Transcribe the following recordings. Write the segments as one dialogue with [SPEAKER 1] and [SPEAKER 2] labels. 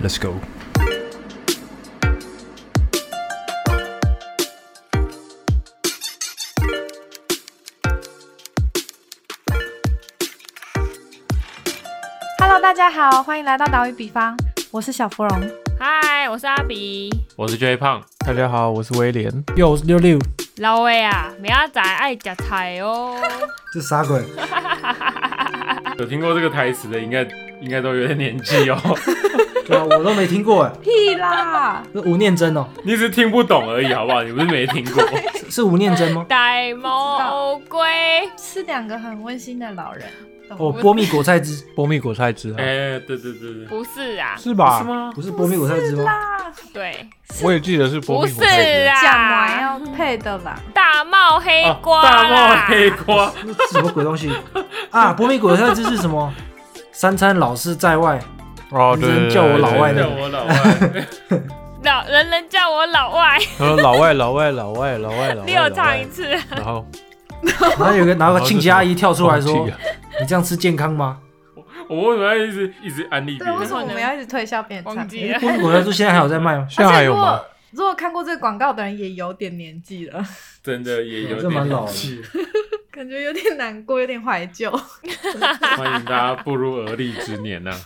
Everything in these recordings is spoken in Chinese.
[SPEAKER 1] Let's go。
[SPEAKER 2] Hello，大家好，欢迎来到岛屿比方，我是小芙蓉。
[SPEAKER 3] 嗨，我是阿比。
[SPEAKER 4] 我是 J 胖，
[SPEAKER 5] 大家好，我是威廉。
[SPEAKER 1] 又六六，
[SPEAKER 3] 老魏啊，明仔载爱食菜哦。
[SPEAKER 6] 这啥鬼？
[SPEAKER 4] 有听过这个台词的，应该应该都有点年纪哦。
[SPEAKER 6] 对啊，我都没听过哎，
[SPEAKER 2] 屁啦！
[SPEAKER 6] 是吴念真哦，
[SPEAKER 4] 你只是听不懂而已，好不好？你不是没听 过？
[SPEAKER 6] 是是吴念真吗？
[SPEAKER 3] 戴毛龟，
[SPEAKER 2] 是两个很温馨的老人。
[SPEAKER 6] 哦，波蜜果菜汁
[SPEAKER 5] 波蜜果菜汁啊，
[SPEAKER 4] 哎、对对对对，
[SPEAKER 3] 不是啊，
[SPEAKER 5] 是吧？
[SPEAKER 4] 是吗？
[SPEAKER 6] 不是波蜜果菜汁吗？
[SPEAKER 3] 对，
[SPEAKER 5] 我也记得是波
[SPEAKER 3] 不
[SPEAKER 5] 蜜果
[SPEAKER 3] 是
[SPEAKER 5] 菜汁啊。
[SPEAKER 2] 讲完
[SPEAKER 3] 啊，
[SPEAKER 2] 要配的啦，
[SPEAKER 3] 大帽黑
[SPEAKER 4] 啊
[SPEAKER 3] 瓜
[SPEAKER 4] 大
[SPEAKER 3] 啦、
[SPEAKER 4] 帽黑瓜，
[SPEAKER 6] 那什么鬼东西啊？波蜜果菜汁是什么？三餐老是在外，
[SPEAKER 5] 哦，对对对，
[SPEAKER 6] 人叫 我老外
[SPEAKER 4] 真
[SPEAKER 6] 那
[SPEAKER 4] 的
[SPEAKER 6] 个
[SPEAKER 4] 我老外，
[SPEAKER 3] 老人人叫我老外，
[SPEAKER 5] 呃，老外老外老外老外老外。
[SPEAKER 3] 你有唱一
[SPEAKER 5] 老外，
[SPEAKER 3] 次？
[SPEAKER 5] 然后
[SPEAKER 6] 然后有个然后有个亲戚阿姨跳出来说
[SPEAKER 5] 忘记了：“
[SPEAKER 6] 你这样吃健康吗
[SPEAKER 4] 我为什么要一直一直安利别
[SPEAKER 2] 对，为
[SPEAKER 4] 人
[SPEAKER 2] 什？么我们要一直推销别人
[SPEAKER 3] 忘
[SPEAKER 2] 产
[SPEAKER 3] 记
[SPEAKER 2] 品？
[SPEAKER 3] 了？”。
[SPEAKER 6] 波蜜果菜汁现在还有在卖吗？
[SPEAKER 5] 现在还有
[SPEAKER 2] 而
[SPEAKER 5] 吗
[SPEAKER 2] 且？如果如果看过这个广告的人也有点年纪了，
[SPEAKER 4] 真的也哎有
[SPEAKER 6] 这
[SPEAKER 4] 点
[SPEAKER 6] 蛮老
[SPEAKER 4] 年
[SPEAKER 6] 的
[SPEAKER 4] 纪。
[SPEAKER 2] 感觉有点难过，有点怀旧。
[SPEAKER 4] 欢迎大家步入而立之年啊呐、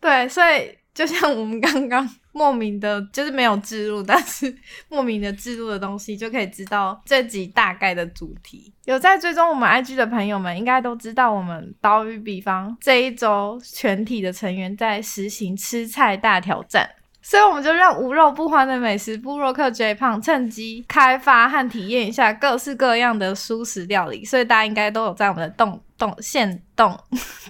[SPEAKER 2] 对，所以就像我们刚 刚莫名的，就是没有置入，但是 莫名的置入的东西，就可以知道这集大概的主题。有在追踪我们 IG 的朋友们，应该都知道我们岛屿比方这一周全体的成员在实行吃菜大挑战。所以我们就让无肉不欢的美食部落客 J 胖趁机开发和体验一下各式各样的素食料理，所以大家应该都有在我们的动动现动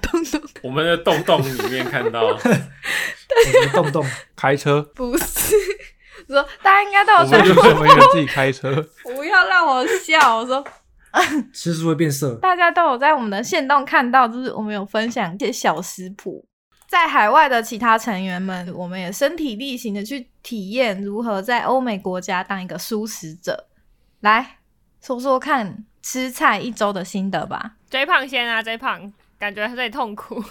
[SPEAKER 2] 动动
[SPEAKER 4] 我们的洞洞里面看到，
[SPEAKER 6] 我们动动，
[SPEAKER 5] 开车，
[SPEAKER 2] 不是， 我说大家应该都
[SPEAKER 5] 我
[SPEAKER 2] 有
[SPEAKER 5] 们
[SPEAKER 2] 在，
[SPEAKER 5] 就成员自己开车。
[SPEAKER 2] 不要让我笑。我说
[SPEAKER 6] 吃是会变色。
[SPEAKER 2] 大家都有在我们的线动看到，就是我们有分享一些小食谱。在海外的其他成员们，我们也身体力行的去体验如何在欧美国家当一个素食者。来说说看吃菜一周的心得吧。
[SPEAKER 3] 追胖先啊，追胖，感觉最痛苦。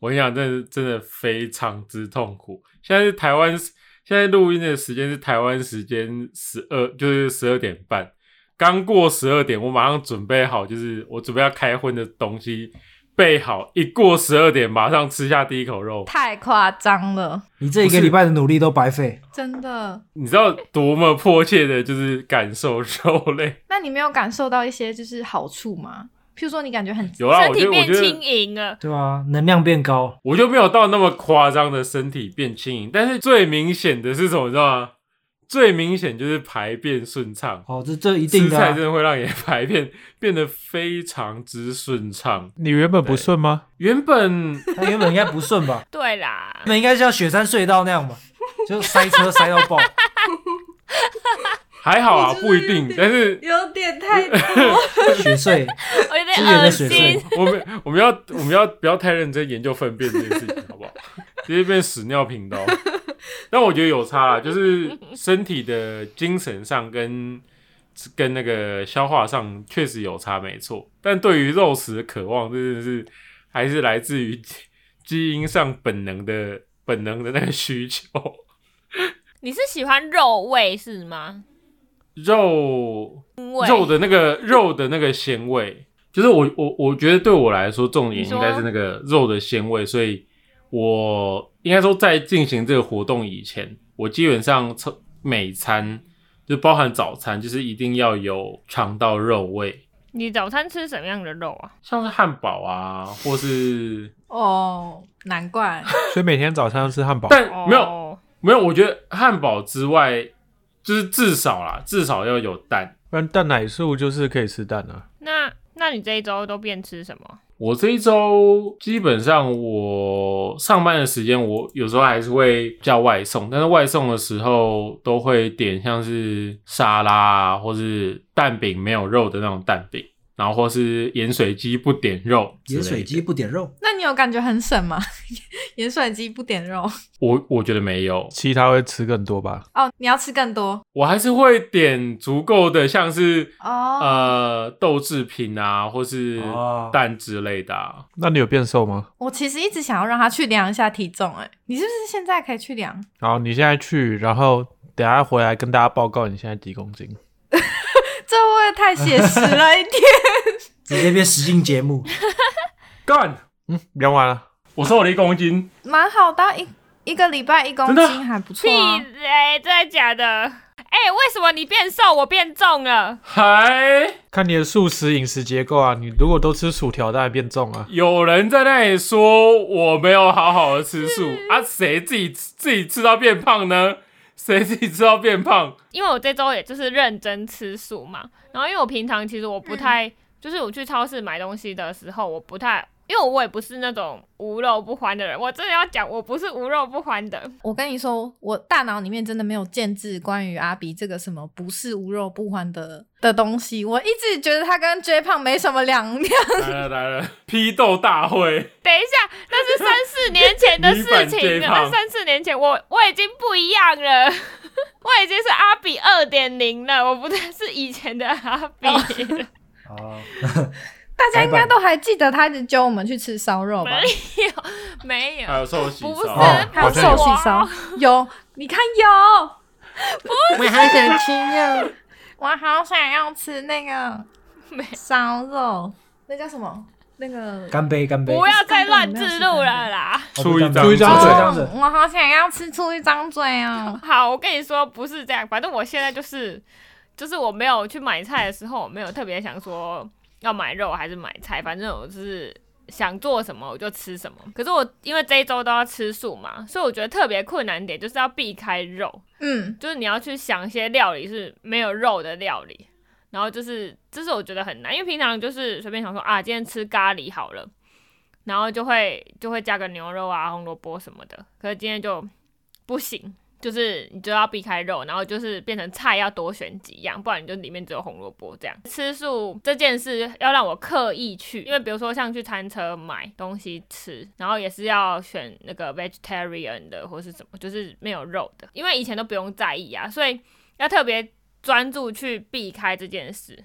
[SPEAKER 4] 我跟你讲，真的真的非常之痛苦。现在是台湾，现在录音的时间是台湾时间十二，就是十二点半，刚过十二点，我马上准备好，就是我准备要开荤的东西备好，一过十二点马上吃下第一口肉，
[SPEAKER 2] 太夸张了，
[SPEAKER 6] 你这一个礼拜的努力都白费。
[SPEAKER 2] 真的。
[SPEAKER 4] 你知道多么迫切的，就是感受肉类。
[SPEAKER 2] 那你没有感受到一些就是好处吗？譬如说，你感觉很
[SPEAKER 4] 有啦，啊
[SPEAKER 3] 身
[SPEAKER 4] 我觉
[SPEAKER 3] 体
[SPEAKER 4] 得我
[SPEAKER 3] 变
[SPEAKER 4] 觉
[SPEAKER 3] 轻
[SPEAKER 4] 得
[SPEAKER 3] 盈了，
[SPEAKER 6] 对啊，能量变高，
[SPEAKER 4] 我就没有到那么夸张的身体变轻盈，但是最明显的是什么，你知道吗？最明显就是排便顺畅。
[SPEAKER 6] 哦，这这一定
[SPEAKER 4] 吃
[SPEAKER 6] 的
[SPEAKER 4] 菜
[SPEAKER 6] 啊
[SPEAKER 4] 真，的会让你的排便变得非常之顺畅。
[SPEAKER 5] 你原本不顺吗？
[SPEAKER 4] 原本
[SPEAKER 6] 他原本应该不顺吧？
[SPEAKER 3] 对啦，
[SPEAKER 6] 那应该像雪山隧道那样吧，就塞车塞到爆。
[SPEAKER 4] 还好啊，
[SPEAKER 2] 我觉得
[SPEAKER 4] 不一定
[SPEAKER 2] 有点，
[SPEAKER 4] 但是
[SPEAKER 2] 有点太
[SPEAKER 6] 雪穗，
[SPEAKER 3] 我有点
[SPEAKER 6] 资源
[SPEAKER 3] 恶
[SPEAKER 6] 的水
[SPEAKER 3] 心
[SPEAKER 6] 分。
[SPEAKER 4] 我们我们要我们要不要太认真研究粪便这件事情，好不好？直接变屎尿频道。但我觉得有差啦，就是身体的精神上跟跟那个消化上确实有差，没错。但对于肉食的渴望，真的是还是来自于 基基因上本能的本能的那个需求。
[SPEAKER 3] 你是喜欢肉味是吗？
[SPEAKER 4] 肉
[SPEAKER 3] 因为
[SPEAKER 4] 肉的那个肉的那个鲜味，就是我我我觉得对我来说重点应该是那个肉的鲜味，所以我应该说在进行这个活动以前，我基本上从每餐就包含早餐，就是一定要有尝到肉味，
[SPEAKER 3] 你早餐吃什么样的肉啊？
[SPEAKER 4] 像是汉堡啊，或是
[SPEAKER 2] 哦，难怪。
[SPEAKER 5] 所以每天早上要吃汉堡。
[SPEAKER 4] 但没有
[SPEAKER 3] 哦
[SPEAKER 4] 没有，我觉得汉堡之外，就是至少啦，至少要有蛋。
[SPEAKER 5] 不然蛋奶素就是可以吃蛋啊。
[SPEAKER 3] 那那你这一周都变吃什么？
[SPEAKER 4] 我这一周基本上我上班的时间，我有时候还是会叫外送，但是外送的时候都会点像是沙拉啊，或是蛋饼没有肉的那种蛋饼，然后或是盐水鸡不点肉之类
[SPEAKER 6] 盐
[SPEAKER 4] 的，
[SPEAKER 6] 水鸡不点肉，
[SPEAKER 2] 那你有感觉很省吗？ 盐水鸡不点肉
[SPEAKER 4] 我我觉得没有，
[SPEAKER 5] 其他会吃更多吧？
[SPEAKER 2] 哦，你要吃更多
[SPEAKER 4] 我还是会点足够的，像是
[SPEAKER 2] 哦。
[SPEAKER 4] 呃豆制品啊，或是
[SPEAKER 6] 哦
[SPEAKER 4] 蛋之类的、啊。
[SPEAKER 5] 那你有变瘦吗？
[SPEAKER 2] 我其实一直想要让他去量一下体重、哎，你是不是现在可以去量？
[SPEAKER 5] 好，你现在去，然后等下回来跟大家报告你现在几公斤。
[SPEAKER 2] 这会不会太写实了一点？
[SPEAKER 6] 直接变实境节目。
[SPEAKER 4] 干，
[SPEAKER 5] 嗯，量完了，
[SPEAKER 4] 我瘦了一公斤，
[SPEAKER 2] 蛮好的啊，一一个礼拜一公
[SPEAKER 4] 真的
[SPEAKER 2] 斤还不错、
[SPEAKER 3] 屁
[SPEAKER 2] 啊。
[SPEAKER 3] 嘞，真的假的？哎、为什么你变瘦，我变重了？
[SPEAKER 4] 还
[SPEAKER 5] 看你的素食饮食结构啊，你如果都吃薯条，当然变重啊。
[SPEAKER 4] 有人在那里说我没有好好的吃素
[SPEAKER 3] 嗯
[SPEAKER 4] 啊，谁自己自己吃到变胖呢？谁自己吃到变胖？
[SPEAKER 3] 因为我这周也就是认真吃素嘛，然后因为我平常其实我不太，就是我去超市买东西的时候，我不太，因为我也不是那种无肉不欢的人，我真的要讲，我不是无肉不欢的，
[SPEAKER 2] 我跟你说，我大脑里面真的没有建制关于阿比这个什么不是无肉不欢的的东西。我一直觉得他跟 J 胖没什么两样。
[SPEAKER 4] 来了来了，批斗大会，
[SPEAKER 3] 等一下，那是三四年前的
[SPEAKER 4] 女
[SPEAKER 3] 事
[SPEAKER 4] 版
[SPEAKER 3] 情
[SPEAKER 4] J
[SPEAKER 3] 了。
[SPEAKER 4] 胖
[SPEAKER 3] 那三四年前我我已经不一样了， 我已经是阿比二点零了，我不再是以前的阿比了。
[SPEAKER 6] 哦，
[SPEAKER 2] 大家应该都还记得他一直揪我们去吃烧肉吧
[SPEAKER 3] 没？有， 没有
[SPEAKER 4] 还，有寿喜
[SPEAKER 3] 不是，
[SPEAKER 4] 烧
[SPEAKER 6] 哦，
[SPEAKER 2] 还有
[SPEAKER 3] 不是
[SPEAKER 2] 寿喜烧
[SPEAKER 3] 我，
[SPEAKER 2] 有你看有，
[SPEAKER 6] 我还想吃肉，
[SPEAKER 2] 我好想要吃那个
[SPEAKER 3] 没
[SPEAKER 2] 烧肉，那叫什么？那个
[SPEAKER 6] 干杯干杯！
[SPEAKER 3] 不要再乱自录了啦。
[SPEAKER 4] 出一张
[SPEAKER 5] 出一张
[SPEAKER 2] 哦
[SPEAKER 6] 嘴
[SPEAKER 5] 嘴
[SPEAKER 6] 这样子。
[SPEAKER 2] 我好想要吃出一张嘴哦。
[SPEAKER 3] 好，我跟你说，不是这样，反正我现在就是，就是我没有去买菜的时候，我没有特别想说要买肉还是买菜，反正我就是想做什么我就吃什么。可是我因为这一周都要吃素嘛，所以我觉得特别困难点就是要避开肉，
[SPEAKER 2] 嗯，
[SPEAKER 3] 就是你要去想一些料理是没有肉的料理，然后就是这是我觉得很难，因为平常就是随便想说啊，今天吃咖喱好了，然后就会就会加个牛肉啊、红萝卜什么的，可是今天就不行。就是你就要避开肉，然后就是变成菜要多选几样，不然你就里面只有红萝卜这样。吃素这件事要让我刻意去，因为比如说像去餐车买东西吃，然后也是要选那个 vegetarian 的或是什么，就是没有肉的，因为以前都不用在意啊，所以要特别专注去避开这件事。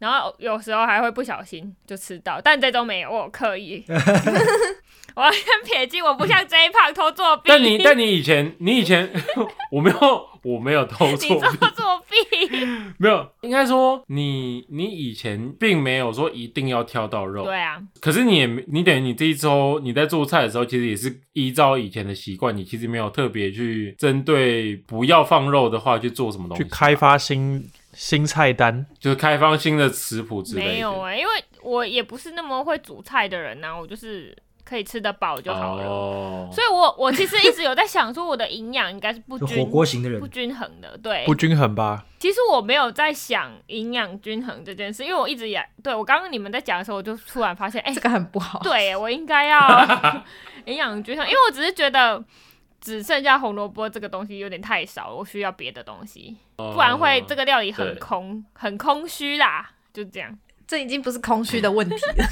[SPEAKER 3] 然后有时候还会不小心就吃到，但这都没有，我有刻意。 我要先撇清，我不像 J 胖偷作弊。
[SPEAKER 4] 但你但你以前你以前 我没有我没有偷
[SPEAKER 3] 你
[SPEAKER 4] 错，
[SPEAKER 3] 做作弊。
[SPEAKER 4] 没有，应该说你你以前并没有说一定要挑到肉，
[SPEAKER 3] 对啊，
[SPEAKER 4] 可是你也没你等于你这一周你在做菜的时候，其实也是依照以前的习惯，你其实没有特别去针对不要放肉的话去做什么东西
[SPEAKER 5] 去
[SPEAKER 4] 吧，
[SPEAKER 6] 啊
[SPEAKER 5] 开发新新菜单，
[SPEAKER 4] 就是开放新的食谱之类的。
[SPEAKER 3] 没有哎、因为我也不是那么会煮菜的人呐、啊我就是可以吃得饱就好了。
[SPEAKER 4] 哦，
[SPEAKER 3] 所以我我其实一直有在想，说我的营养应该是不
[SPEAKER 6] 就
[SPEAKER 3] 均
[SPEAKER 6] 火锅型的
[SPEAKER 3] 不
[SPEAKER 6] 人，
[SPEAKER 3] 均衡的，对，
[SPEAKER 5] 不均衡吧？
[SPEAKER 3] 其实我没有在想营养均衡这件事，因为我一直也对我刚刚你们在讲的时候，我就突然发现，哎、
[SPEAKER 2] 这个很不好。
[SPEAKER 3] 对我应该要营养均衡，因为我只是觉得只剩下红萝卜这个东西有点太少了，我需要别的东西，不然会这
[SPEAKER 4] 个
[SPEAKER 3] 个料理
[SPEAKER 5] 哦
[SPEAKER 3] 很
[SPEAKER 4] 对
[SPEAKER 3] 空，很空虚啦，就这样。
[SPEAKER 2] 这已经不是空虚的问题了。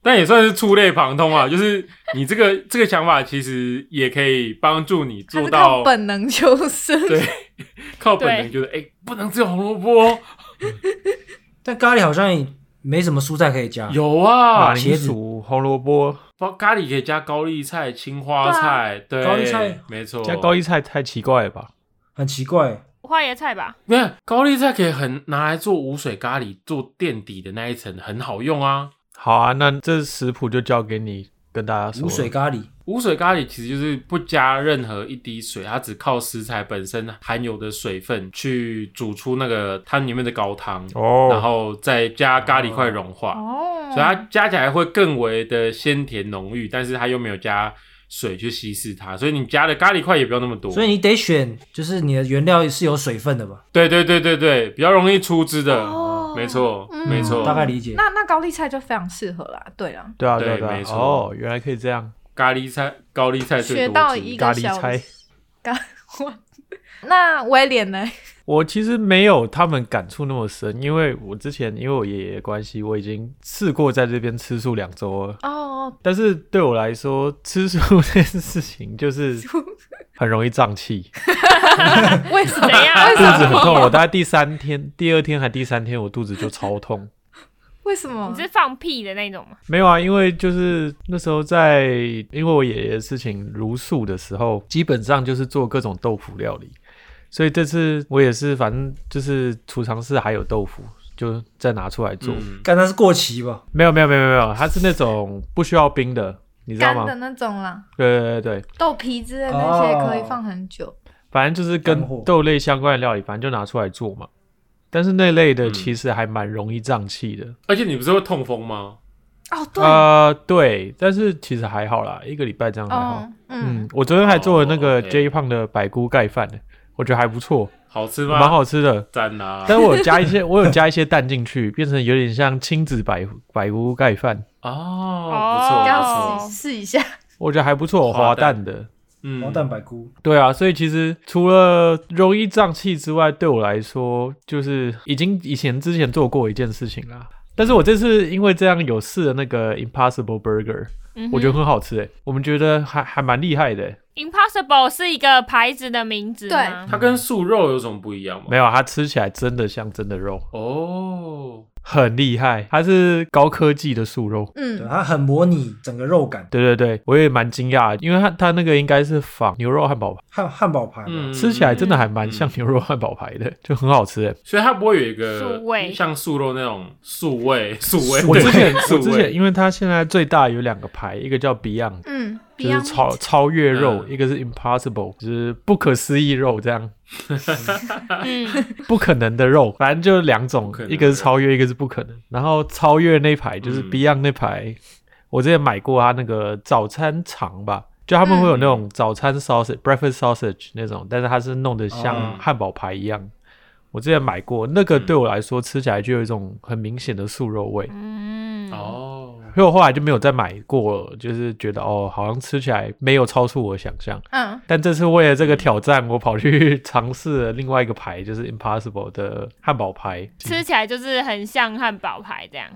[SPEAKER 4] 但也算是触类旁通啊，就是你这个这个想法其实也可以帮助你
[SPEAKER 2] 他
[SPEAKER 4] 做
[SPEAKER 2] 是
[SPEAKER 4] 到
[SPEAKER 2] 靠本能求生。
[SPEAKER 4] 对靠本嗯能，
[SPEAKER 3] 对
[SPEAKER 4] 觉得哎、诶不能只有红萝卜，哦
[SPEAKER 6] 但咖喱好像也没什么蔬菜可以加。
[SPEAKER 4] 有啊
[SPEAKER 5] 马
[SPEAKER 6] 茄
[SPEAKER 5] 铃
[SPEAKER 6] 子
[SPEAKER 5] 薯、红萝卜
[SPEAKER 4] 包咖喱可以加高丽菜、青花菜，对，啊
[SPEAKER 6] 高丽菜
[SPEAKER 4] 没错，
[SPEAKER 5] 加高丽菜太奇怪了吧？
[SPEAKER 6] 很奇怪，
[SPEAKER 3] 花椰菜吧，
[SPEAKER 4] 你看高丽菜可以很拿来做无水咖喱，做垫底的那一层很好用啊。
[SPEAKER 5] 好啊，那这食谱就交给你跟大家说了。
[SPEAKER 6] 无水咖喱，
[SPEAKER 4] 无水咖喱其实就是不加任何一滴水，它只靠食材本身含有的水分去煮出那个汤里面的高汤，
[SPEAKER 5] 哦，
[SPEAKER 4] 然后再加咖喱块融化，
[SPEAKER 2] 哦
[SPEAKER 4] 所以它加起来会更为的鲜甜浓郁，但是它又没有加水去稀释它，所以你加的咖喱块也不要那么多。
[SPEAKER 6] 所以你得选，就是你的原料是有水分的吧？
[SPEAKER 4] 对对对对对，比较容易出汁的，没错
[SPEAKER 2] 嗯
[SPEAKER 4] 没错，
[SPEAKER 6] 大概理解。
[SPEAKER 2] 那那高丽菜就非常适合啦。对啦，
[SPEAKER 5] 对啊，
[SPEAKER 4] 对
[SPEAKER 5] 对啊，对啊
[SPEAKER 4] 没错
[SPEAKER 5] 哦，原来可以这样，
[SPEAKER 4] 咖喱菜高丽菜
[SPEAKER 2] 学
[SPEAKER 4] 最多
[SPEAKER 2] 到
[SPEAKER 4] 汁
[SPEAKER 2] 一个
[SPEAKER 5] 咖喱
[SPEAKER 2] 小
[SPEAKER 5] 菜
[SPEAKER 2] 那威廉呢？
[SPEAKER 5] 我其实没有他们感触那么深，因为我之前因为我爷爷的关系，我已经试过在这边吃素两周了。
[SPEAKER 2] 哦，
[SPEAKER 5] 但是对我来说，吃素这件事情 就是很容易胀气，
[SPEAKER 2] 为什么？
[SPEAKER 3] 怎样
[SPEAKER 2] 为
[SPEAKER 5] 肚子
[SPEAKER 2] 什
[SPEAKER 5] 很
[SPEAKER 2] 么？
[SPEAKER 5] 痛。我大概第三天、第二天还第三天，我肚子就超痛。
[SPEAKER 2] 为什么
[SPEAKER 3] 你？是放屁的那种吗？
[SPEAKER 5] 没有啊，因为就是那时候在，因为我爷爷的事情茹素的时候，基本上就是做各种豆腐料理，所以这次我也是，反正就是储藏室还有豆腐，就再拿出来做。
[SPEAKER 4] 嗯，
[SPEAKER 6] 干它是过期吧？
[SPEAKER 5] 没有没有没有没有没有，它是那种不需要冰的，你知道
[SPEAKER 2] 干
[SPEAKER 5] 吗
[SPEAKER 2] 的？那种啦，
[SPEAKER 5] 对对对对，
[SPEAKER 2] 豆皮之类的那些
[SPEAKER 6] 哦
[SPEAKER 2] 可以放很久。
[SPEAKER 5] 反正就是
[SPEAKER 6] 干货
[SPEAKER 5] 跟豆类相关的料理，反正就拿出来做嘛。但是那类的
[SPEAKER 4] 嗯
[SPEAKER 5] 其实还蛮容易胀气的，
[SPEAKER 4] 而且你不是会痛风吗？
[SPEAKER 2] 哦，对，
[SPEAKER 5] 啊、对，但是其实还好啦，一个礼拜这样还好。
[SPEAKER 2] 哦，嗯
[SPEAKER 5] 嗯，，我昨天还做了那
[SPEAKER 4] 哦
[SPEAKER 5] 个
[SPEAKER 4] ，OK
[SPEAKER 5] J 胖的白菇盖饭呢，我觉得还不错，
[SPEAKER 4] 好吃吗？
[SPEAKER 5] 蛮，好吃 的。
[SPEAKER 4] 赞啊啦！
[SPEAKER 5] 但我有加一些，我有加一些蛋进去，变成有点像亲子白白菇盖饭，
[SPEAKER 4] 哦，不
[SPEAKER 3] 哦
[SPEAKER 4] 错，不
[SPEAKER 2] 要
[SPEAKER 4] 错，
[SPEAKER 2] 试试一下。
[SPEAKER 5] 我觉得还不错，
[SPEAKER 4] 滑
[SPEAKER 5] 滑
[SPEAKER 4] 蛋
[SPEAKER 5] 蛋的。
[SPEAKER 4] 嗯，
[SPEAKER 6] 毛蛋白菇，
[SPEAKER 5] 对啊，所以其实除了容易胀气之外，对我来说就是已经以前之前做过一件事情啦。但是我这次因为这样有试了那个 Impossible Burger，、
[SPEAKER 3] 嗯哼
[SPEAKER 5] 我觉得很好吃诶、欸我们觉得还还蛮厉害的、欸。
[SPEAKER 3] Impossible 是一个牌子的名字吗？
[SPEAKER 4] 它跟素肉有什么不一样吗？
[SPEAKER 5] 没有，它吃起来真的像真的肉，
[SPEAKER 4] 哦，
[SPEAKER 5] 很厉害，它是高科技的素肉。
[SPEAKER 6] 对，
[SPEAKER 2] 嗯，
[SPEAKER 6] 它很模拟整个肉感，
[SPEAKER 5] 对对对，我也蛮惊讶的，因为它它那个应该是仿牛肉汉堡吧，
[SPEAKER 6] 汉汉堡排嘛，
[SPEAKER 4] 嗯，
[SPEAKER 5] 吃起来真的还
[SPEAKER 4] 嗯
[SPEAKER 5] 蛮像牛肉汉堡排的，就很好吃诶。欸
[SPEAKER 4] 所以它不会有一个
[SPEAKER 3] 素味
[SPEAKER 4] 像素肉那种素味，素味。
[SPEAKER 5] 我之前
[SPEAKER 4] 对
[SPEAKER 5] 我
[SPEAKER 4] 素
[SPEAKER 5] 之前，
[SPEAKER 4] 味，
[SPEAKER 5] 因为它现在最大有两个牌，一个叫 Beyond。
[SPEAKER 2] 嗯，
[SPEAKER 4] 啊
[SPEAKER 5] 就
[SPEAKER 2] Beyond
[SPEAKER 5] 是超超越肉，
[SPEAKER 4] 嗯
[SPEAKER 5] 一个是 impossible，就是不可思议肉这样，
[SPEAKER 3] 嗯，
[SPEAKER 5] 不可能的肉，反正就两种
[SPEAKER 4] 可，能的
[SPEAKER 5] 一个是超越，一个是不可能。然后超越那排就是
[SPEAKER 4] 嗯
[SPEAKER 5] Beyond 那排，我之前买过他那个早餐肠吧，就他们会有那种早餐 sausage、breakfast sausage 那种，但是它是弄得
[SPEAKER 6] 哦
[SPEAKER 5] 像汉堡排一样。我之前买过那
[SPEAKER 4] 嗯
[SPEAKER 5] 个，对我来说吃起来就有一种很明显的素肉味，
[SPEAKER 3] 嗯，
[SPEAKER 4] 哦，
[SPEAKER 5] 所以我后来就没有再买过了，就是觉得哦，好像吃起来没有超出我的想象。
[SPEAKER 2] 嗯，
[SPEAKER 5] 但这次为了这个挑战，我跑去尝试了另外一个牌，就是 Impossible 的汉堡牌。
[SPEAKER 3] 吃起来就是很像汉堡排这样。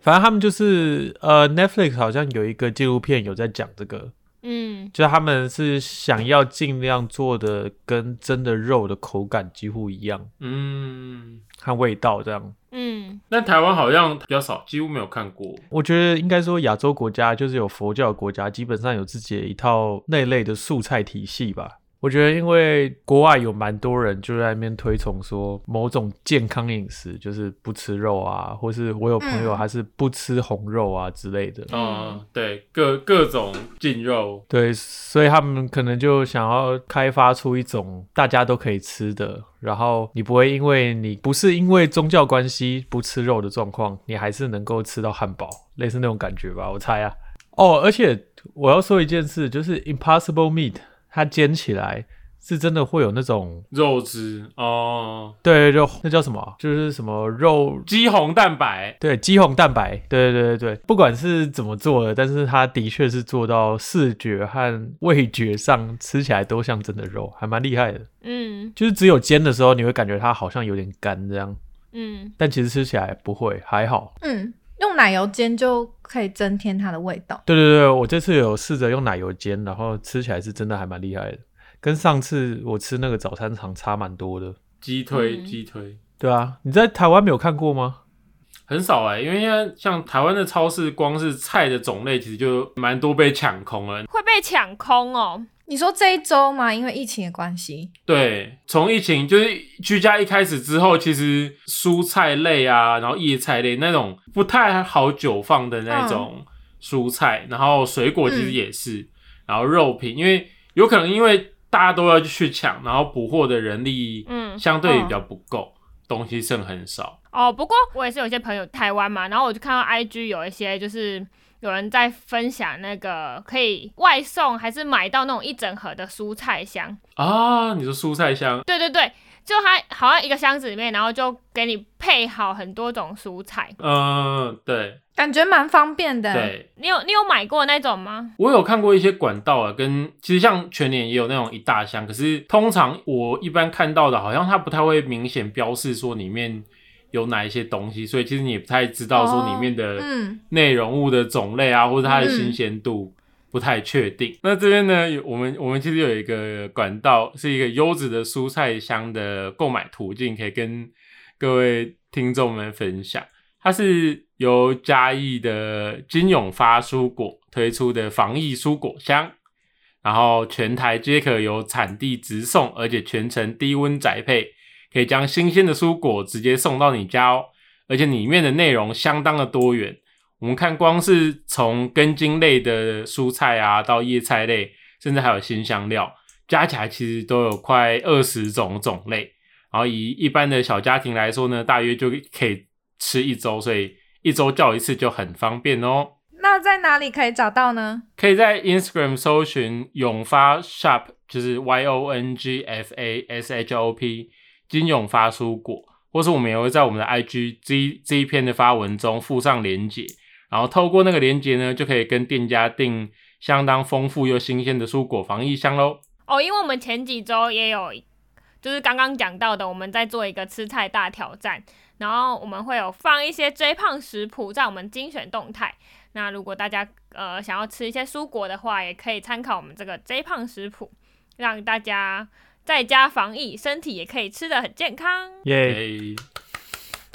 [SPEAKER 5] 反正他们就是呃，Netflix 好像有一个纪录片有在讲这个，
[SPEAKER 3] 嗯，
[SPEAKER 5] 就是他们是想要尽量做的跟真的肉的口感几乎一样，
[SPEAKER 4] 嗯，
[SPEAKER 5] 和味道这样。
[SPEAKER 3] 嗯，
[SPEAKER 4] 那台湾好像比较少，几乎没有看过。
[SPEAKER 5] 我觉得应该说亚洲国家就是有佛教国家，基本上有自己的一套那类的素菜体系吧。我觉得，因为国外有蛮多人就在那边推崇说某种健康饮食，就是不吃肉啊，或是我有朋友
[SPEAKER 2] 嗯
[SPEAKER 5] 他是不吃红肉啊之类的。
[SPEAKER 4] 嗯，对，各各种进肉，
[SPEAKER 5] 对，所以他们可能就想要开发出一种大家都可以吃的，然后你不会因为你不是因为宗教关系不吃肉的状况，你还是能够吃到汉堡，类似那种感觉吧，我猜啊。哦，而且我要说一件事，就是 Impossible Meat 它煎起来是真的会有那种，
[SPEAKER 4] 肉汁哦，
[SPEAKER 5] 对对对，那叫什么啊？就是什么肉
[SPEAKER 4] 肌红蛋白，
[SPEAKER 5] 对，肌红蛋白，对对对对对，不管是怎么做的，但是它的确是做到视觉和味觉上吃起来都像真的肉，还蛮厉害的。
[SPEAKER 3] 嗯，
[SPEAKER 5] 就是只有煎的时候，你会感觉它好像有点干这样，
[SPEAKER 3] 嗯，
[SPEAKER 5] 但其实吃起来不会，还好。
[SPEAKER 2] 嗯，用奶油煎就可以增添它的味道。
[SPEAKER 5] 对对对，我这次有试着用奶油煎，然后吃起来是真的还蛮厉害的，跟上次我吃那个早餐肠差蛮多的。
[SPEAKER 4] 鸡推
[SPEAKER 3] 嗯
[SPEAKER 4] 鸡推。
[SPEAKER 5] 对啊，你在台湾没有看过吗？
[SPEAKER 4] 很少哎、因为现在像台湾的超市，光是菜的种类其实就蛮多被抢空了。
[SPEAKER 3] 会被抢空哦。
[SPEAKER 2] 你说这一周嘛，因为疫情的关系，
[SPEAKER 4] 对，从疫情就是居家一开始之后，其实蔬菜类啊，然后叶菜类那种不太好久放的那
[SPEAKER 3] 嗯
[SPEAKER 4] 种蔬菜，然后水果其实也是，然后肉品，因为有可能因为大家都要去抢，然后捕获的人力
[SPEAKER 3] 嗯，
[SPEAKER 4] 相对比较不够，东西剩很少。
[SPEAKER 3] 哦，不过我也是有一些朋友台湾嘛，然后我就看到 IG 有一些就是有人在分享那个可以外送还是买到那种一整盒的蔬菜箱。
[SPEAKER 4] 啊，你说蔬菜箱，
[SPEAKER 3] 对对对，就它好像一个箱子里面，然后就给你配好很多种蔬菜。
[SPEAKER 4] 嗯，对
[SPEAKER 2] 感觉蛮方便的。，
[SPEAKER 4] 对，
[SPEAKER 3] 你有你有买过那种吗？
[SPEAKER 4] 我有看过一些管道啊，跟其实像全年也有那种一大箱，可是通常我一般看到的，好像它不太会明显标示说里面有哪一些东西，所以其实你也不太知道说里面的
[SPEAKER 2] 嗯，
[SPEAKER 4] 内容物的种类啊，或者它的
[SPEAKER 2] 嗯
[SPEAKER 4] 新鲜度。不太确定。那这边呢，有我们我们其实有一个管道，是一个优质的蔬菜箱的购买途径，可以跟各位听众们分享。它是由嘉义的金永发蔬果推出的防疫蔬果箱，然后全台皆可由产地直送，而且全程低温宅配，可以将新鲜的蔬果直接送到你家哦。而且里面的内容相当的多元，我们看光是从根茎类的蔬菜啊，到叶菜类，甚至还有新香料，加起来其实都有快二十种种类。然后以一般的小家庭来说呢，大约就可以吃一周，所以一周叫一次就很方便哦。
[SPEAKER 2] 那在哪里可以找到呢？
[SPEAKER 4] 可以在 Instagram 搜寻永发 Shop，就是 Y O N G F A S H O P 金永发蔬果，或是我们也会在我们的 IG 这一这一篇的发文中附上连结，然后透过那个连结呢，就可以跟店家订相当丰富又新鲜的蔬果防疫箱喽。
[SPEAKER 3] 哦，因为我们前几周也有，就是刚刚讲到的，我们在做一个吃菜大挑战，然后我们会有放一些追胖食谱在我们精选动态。那如果大家呃想要吃一些蔬果的话，也可以参考我们这个追胖食谱，让大家在家防疫，身体也可以吃的很健康。
[SPEAKER 5] 耶、
[SPEAKER 4] 诶，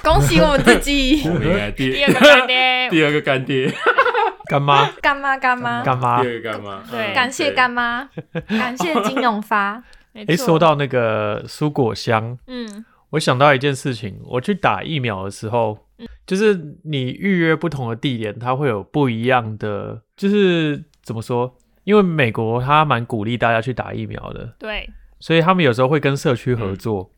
[SPEAKER 2] 恭喜我们自己
[SPEAKER 4] 我们应该啊第
[SPEAKER 3] 第二个干爹，
[SPEAKER 4] 第二个 干爹，
[SPEAKER 5] 干妈
[SPEAKER 2] 干妈干妈，
[SPEAKER 5] 干妈
[SPEAKER 4] 第。二个干妈，嗯
[SPEAKER 3] 对
[SPEAKER 2] 啊感谢干妈，感谢金永 发。
[SPEAKER 3] 没
[SPEAKER 5] 诶，
[SPEAKER 3] 错
[SPEAKER 5] 说到那个蔬果箱，
[SPEAKER 3] 嗯，
[SPEAKER 5] 我想到一件事情，我去打疫苗的时候，就是你预约不同的地点，它会有不一样的，就是怎么说？因为美国它蛮鼓励大家去打疫苗的，
[SPEAKER 3] 对，
[SPEAKER 5] 所以他们有时候会跟社区合
[SPEAKER 6] 嗯
[SPEAKER 5] 作。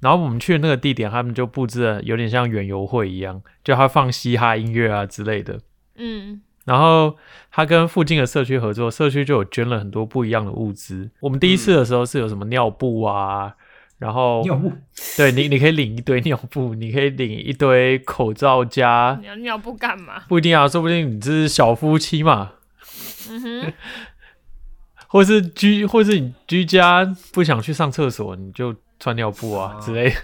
[SPEAKER 5] 然后我们去的那个地点，他们就布置了有点像园游会一样，就他放嘻哈音乐啊之类的。
[SPEAKER 3] 嗯，
[SPEAKER 5] 然后他跟附近的社区合作，社区就有捐了很多不一样的物资。我们第一次的时候是有什么尿布啊，然后
[SPEAKER 6] 嗯尿布
[SPEAKER 5] 对你，你可以领一堆尿布，你可以领一堆口罩加，
[SPEAKER 3] 你要尿布干嘛？
[SPEAKER 5] 不一定啊，说不定你这是小夫妻嘛，
[SPEAKER 3] 嗯哼，
[SPEAKER 5] 或是居，或是你居家不想去上厕所，你就穿尿布啊
[SPEAKER 6] 哦
[SPEAKER 5] 之类的。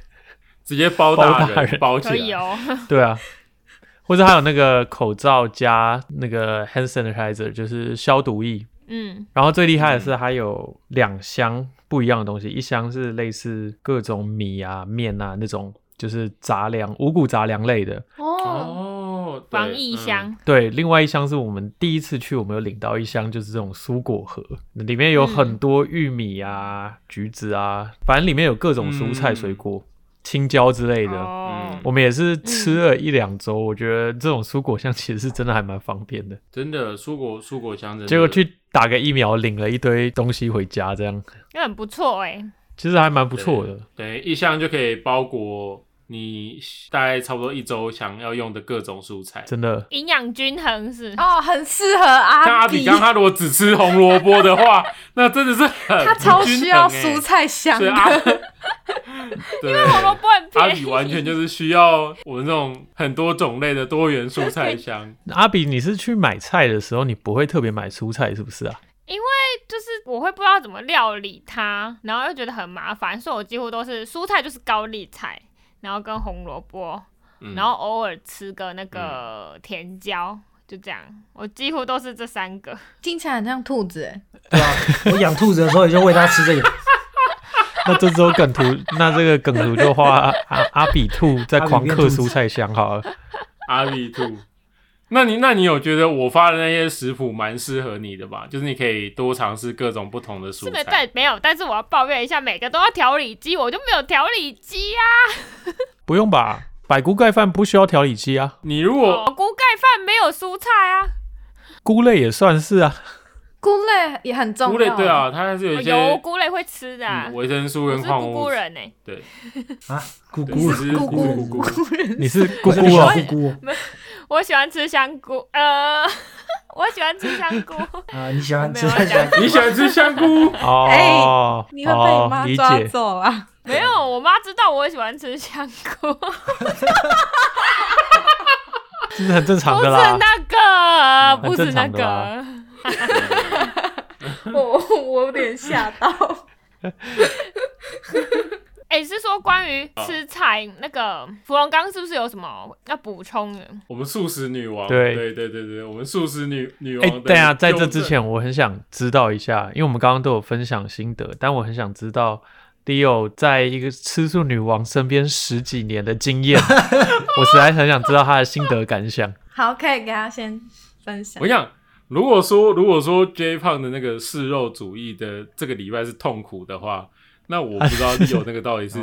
[SPEAKER 4] 直接包
[SPEAKER 5] 包
[SPEAKER 4] 大
[SPEAKER 5] 大人
[SPEAKER 4] 人，包起
[SPEAKER 3] 可以
[SPEAKER 4] 来，
[SPEAKER 3] 哦，
[SPEAKER 5] 对啊，或者还有那个口罩加那个 hand sanitizer，就是消毒液。
[SPEAKER 3] 嗯，
[SPEAKER 5] 然后最厉害的是，它有两箱不一样的东西，一箱是类似各种米啊、面啊那种，就是杂粮、五谷杂粮类的。
[SPEAKER 2] 哦，
[SPEAKER 4] 哦，对
[SPEAKER 3] 防疫，箱，
[SPEAKER 5] 对，另外一箱是我们第一次去，我们有领到一箱，就是这种蔬果盒，里面有
[SPEAKER 4] 嗯
[SPEAKER 5] 很多玉米啊、橘子啊，反正里面有各种蔬菜、
[SPEAKER 4] 嗯
[SPEAKER 5] 水果、青椒之类的。
[SPEAKER 3] 哦
[SPEAKER 4] 嗯
[SPEAKER 5] 我们也是吃了一两周，我觉得这种蔬果箱其实是真的还蛮方便的。
[SPEAKER 4] 真的蔬果蔬果箱真的，
[SPEAKER 5] 结果去打个疫苗，领了一堆东西回家，这样
[SPEAKER 3] 那很不错哎、
[SPEAKER 5] 其实还蛮不错的。
[SPEAKER 4] 对一箱就可以包裹你大概差不多一周想要用的各种蔬菜。
[SPEAKER 5] 真的，
[SPEAKER 3] 营养均衡是，
[SPEAKER 2] 哦，很适合
[SPEAKER 4] 像
[SPEAKER 2] 阿
[SPEAKER 4] 阿
[SPEAKER 2] 比
[SPEAKER 4] 比，刚他如果只吃红萝卜 的话，那真的是很
[SPEAKER 2] 他超
[SPEAKER 4] 不均衡
[SPEAKER 2] 需要
[SPEAKER 4] 欸
[SPEAKER 2] 蔬，菜香
[SPEAKER 4] 所以
[SPEAKER 2] 的。
[SPEAKER 4] 阿对
[SPEAKER 3] 红萝卜很
[SPEAKER 4] 阿
[SPEAKER 3] 便
[SPEAKER 4] 比
[SPEAKER 3] 宜，
[SPEAKER 4] 完全就是需要我们这种很多种类的多元蔬菜箱。
[SPEAKER 5] 阿比，你是去买菜的时候，你不会特别买蔬菜是不是啊？
[SPEAKER 3] 就是我会不知道怎么料理它，然后又觉得很麻烦，所以我几乎都是蔬菜就是高丽菜，然后跟红萝卜，
[SPEAKER 4] 嗯
[SPEAKER 3] 然后偶尔吃个那个甜椒，就这样，我几乎都是这三个。
[SPEAKER 2] 听起来很像兔子欸，
[SPEAKER 6] 对啊，我养兔子的时候也就喂它吃这个，
[SPEAKER 5] 那这周梗图，那这个梗图就画阿阿阿比兔在狂嗑蔬菜香好了。
[SPEAKER 4] 阿比兔，那你那你有觉得我发的那些食谱蛮适合你的吧？就是你可以多尝试各种不同的蔬
[SPEAKER 3] 是没
[SPEAKER 4] 菜。
[SPEAKER 3] 但没有，但是我要抱怨一下，每个都要调理机，我就没有调理机啊！
[SPEAKER 5] 不用吧，百菇盖饭不需要调理机啊，
[SPEAKER 4] 你如果
[SPEAKER 3] 我哦锅盖饭没有蔬菜啊，
[SPEAKER 5] 菇类也算是啊。
[SPEAKER 2] 菇类也很重
[SPEAKER 4] 菇类
[SPEAKER 2] 要。欸
[SPEAKER 4] 对，啊，它还是有一些
[SPEAKER 3] 哦有菇类会吃的、啊
[SPEAKER 4] 嗯，维生素
[SPEAKER 3] 我
[SPEAKER 4] 跟
[SPEAKER 3] 是
[SPEAKER 4] 矿
[SPEAKER 3] 姑
[SPEAKER 4] 物
[SPEAKER 3] 姑
[SPEAKER 4] 质。
[SPEAKER 3] 人呢、欸
[SPEAKER 4] 对，
[SPEAKER 6] 啊咕
[SPEAKER 4] 对
[SPEAKER 6] 咕
[SPEAKER 4] 只 是
[SPEAKER 2] 咕咕
[SPEAKER 4] 咕咕
[SPEAKER 2] 咕人，
[SPEAKER 5] 你是
[SPEAKER 6] 不
[SPEAKER 5] 姑
[SPEAKER 6] 是
[SPEAKER 5] 姑哦
[SPEAKER 6] 小，咕咕
[SPEAKER 3] 我喜欢吃香菇，呃， 我喜欢吃香菇，
[SPEAKER 6] 啊，你喜欢吃
[SPEAKER 3] 没有
[SPEAKER 6] 它喜欢
[SPEAKER 3] 我
[SPEAKER 4] 你喜欢吃香菇？
[SPEAKER 5] 哦，
[SPEAKER 2] 哎你会被你
[SPEAKER 5] 哦
[SPEAKER 2] 妈
[SPEAKER 5] 理
[SPEAKER 2] 抓
[SPEAKER 5] 解。
[SPEAKER 2] 走啊！
[SPEAKER 3] 没有，我妈知道我喜欢吃香菇，不
[SPEAKER 5] 这是很正常
[SPEAKER 3] 是
[SPEAKER 5] 的啦。
[SPEAKER 3] 那个，不是
[SPEAKER 5] 很正
[SPEAKER 3] 那
[SPEAKER 5] 常的
[SPEAKER 3] 个
[SPEAKER 5] 啦。
[SPEAKER 2] 我我有点吓到。
[SPEAKER 3] 哎、是说关于吃菜那个芙蓉刚是不是有什么要补充的？
[SPEAKER 4] 我们素食女王，
[SPEAKER 5] 对
[SPEAKER 4] 对对对对，我们素食女女
[SPEAKER 5] 哎、
[SPEAKER 4] 王。
[SPEAKER 5] 对啊，在这之，前，我很想知道一下，因为我们刚刚都有分享心得，但我很想知道 Leo 在一个吃素女王身边十几年的经 验，我实在很想知道他的心得感想。
[SPEAKER 2] 好，可以给他先分享
[SPEAKER 4] 我。想，如果说如果说 J 胖的那个嗜肉主义的这个礼拜是痛苦的话，那我不知道有那个到底是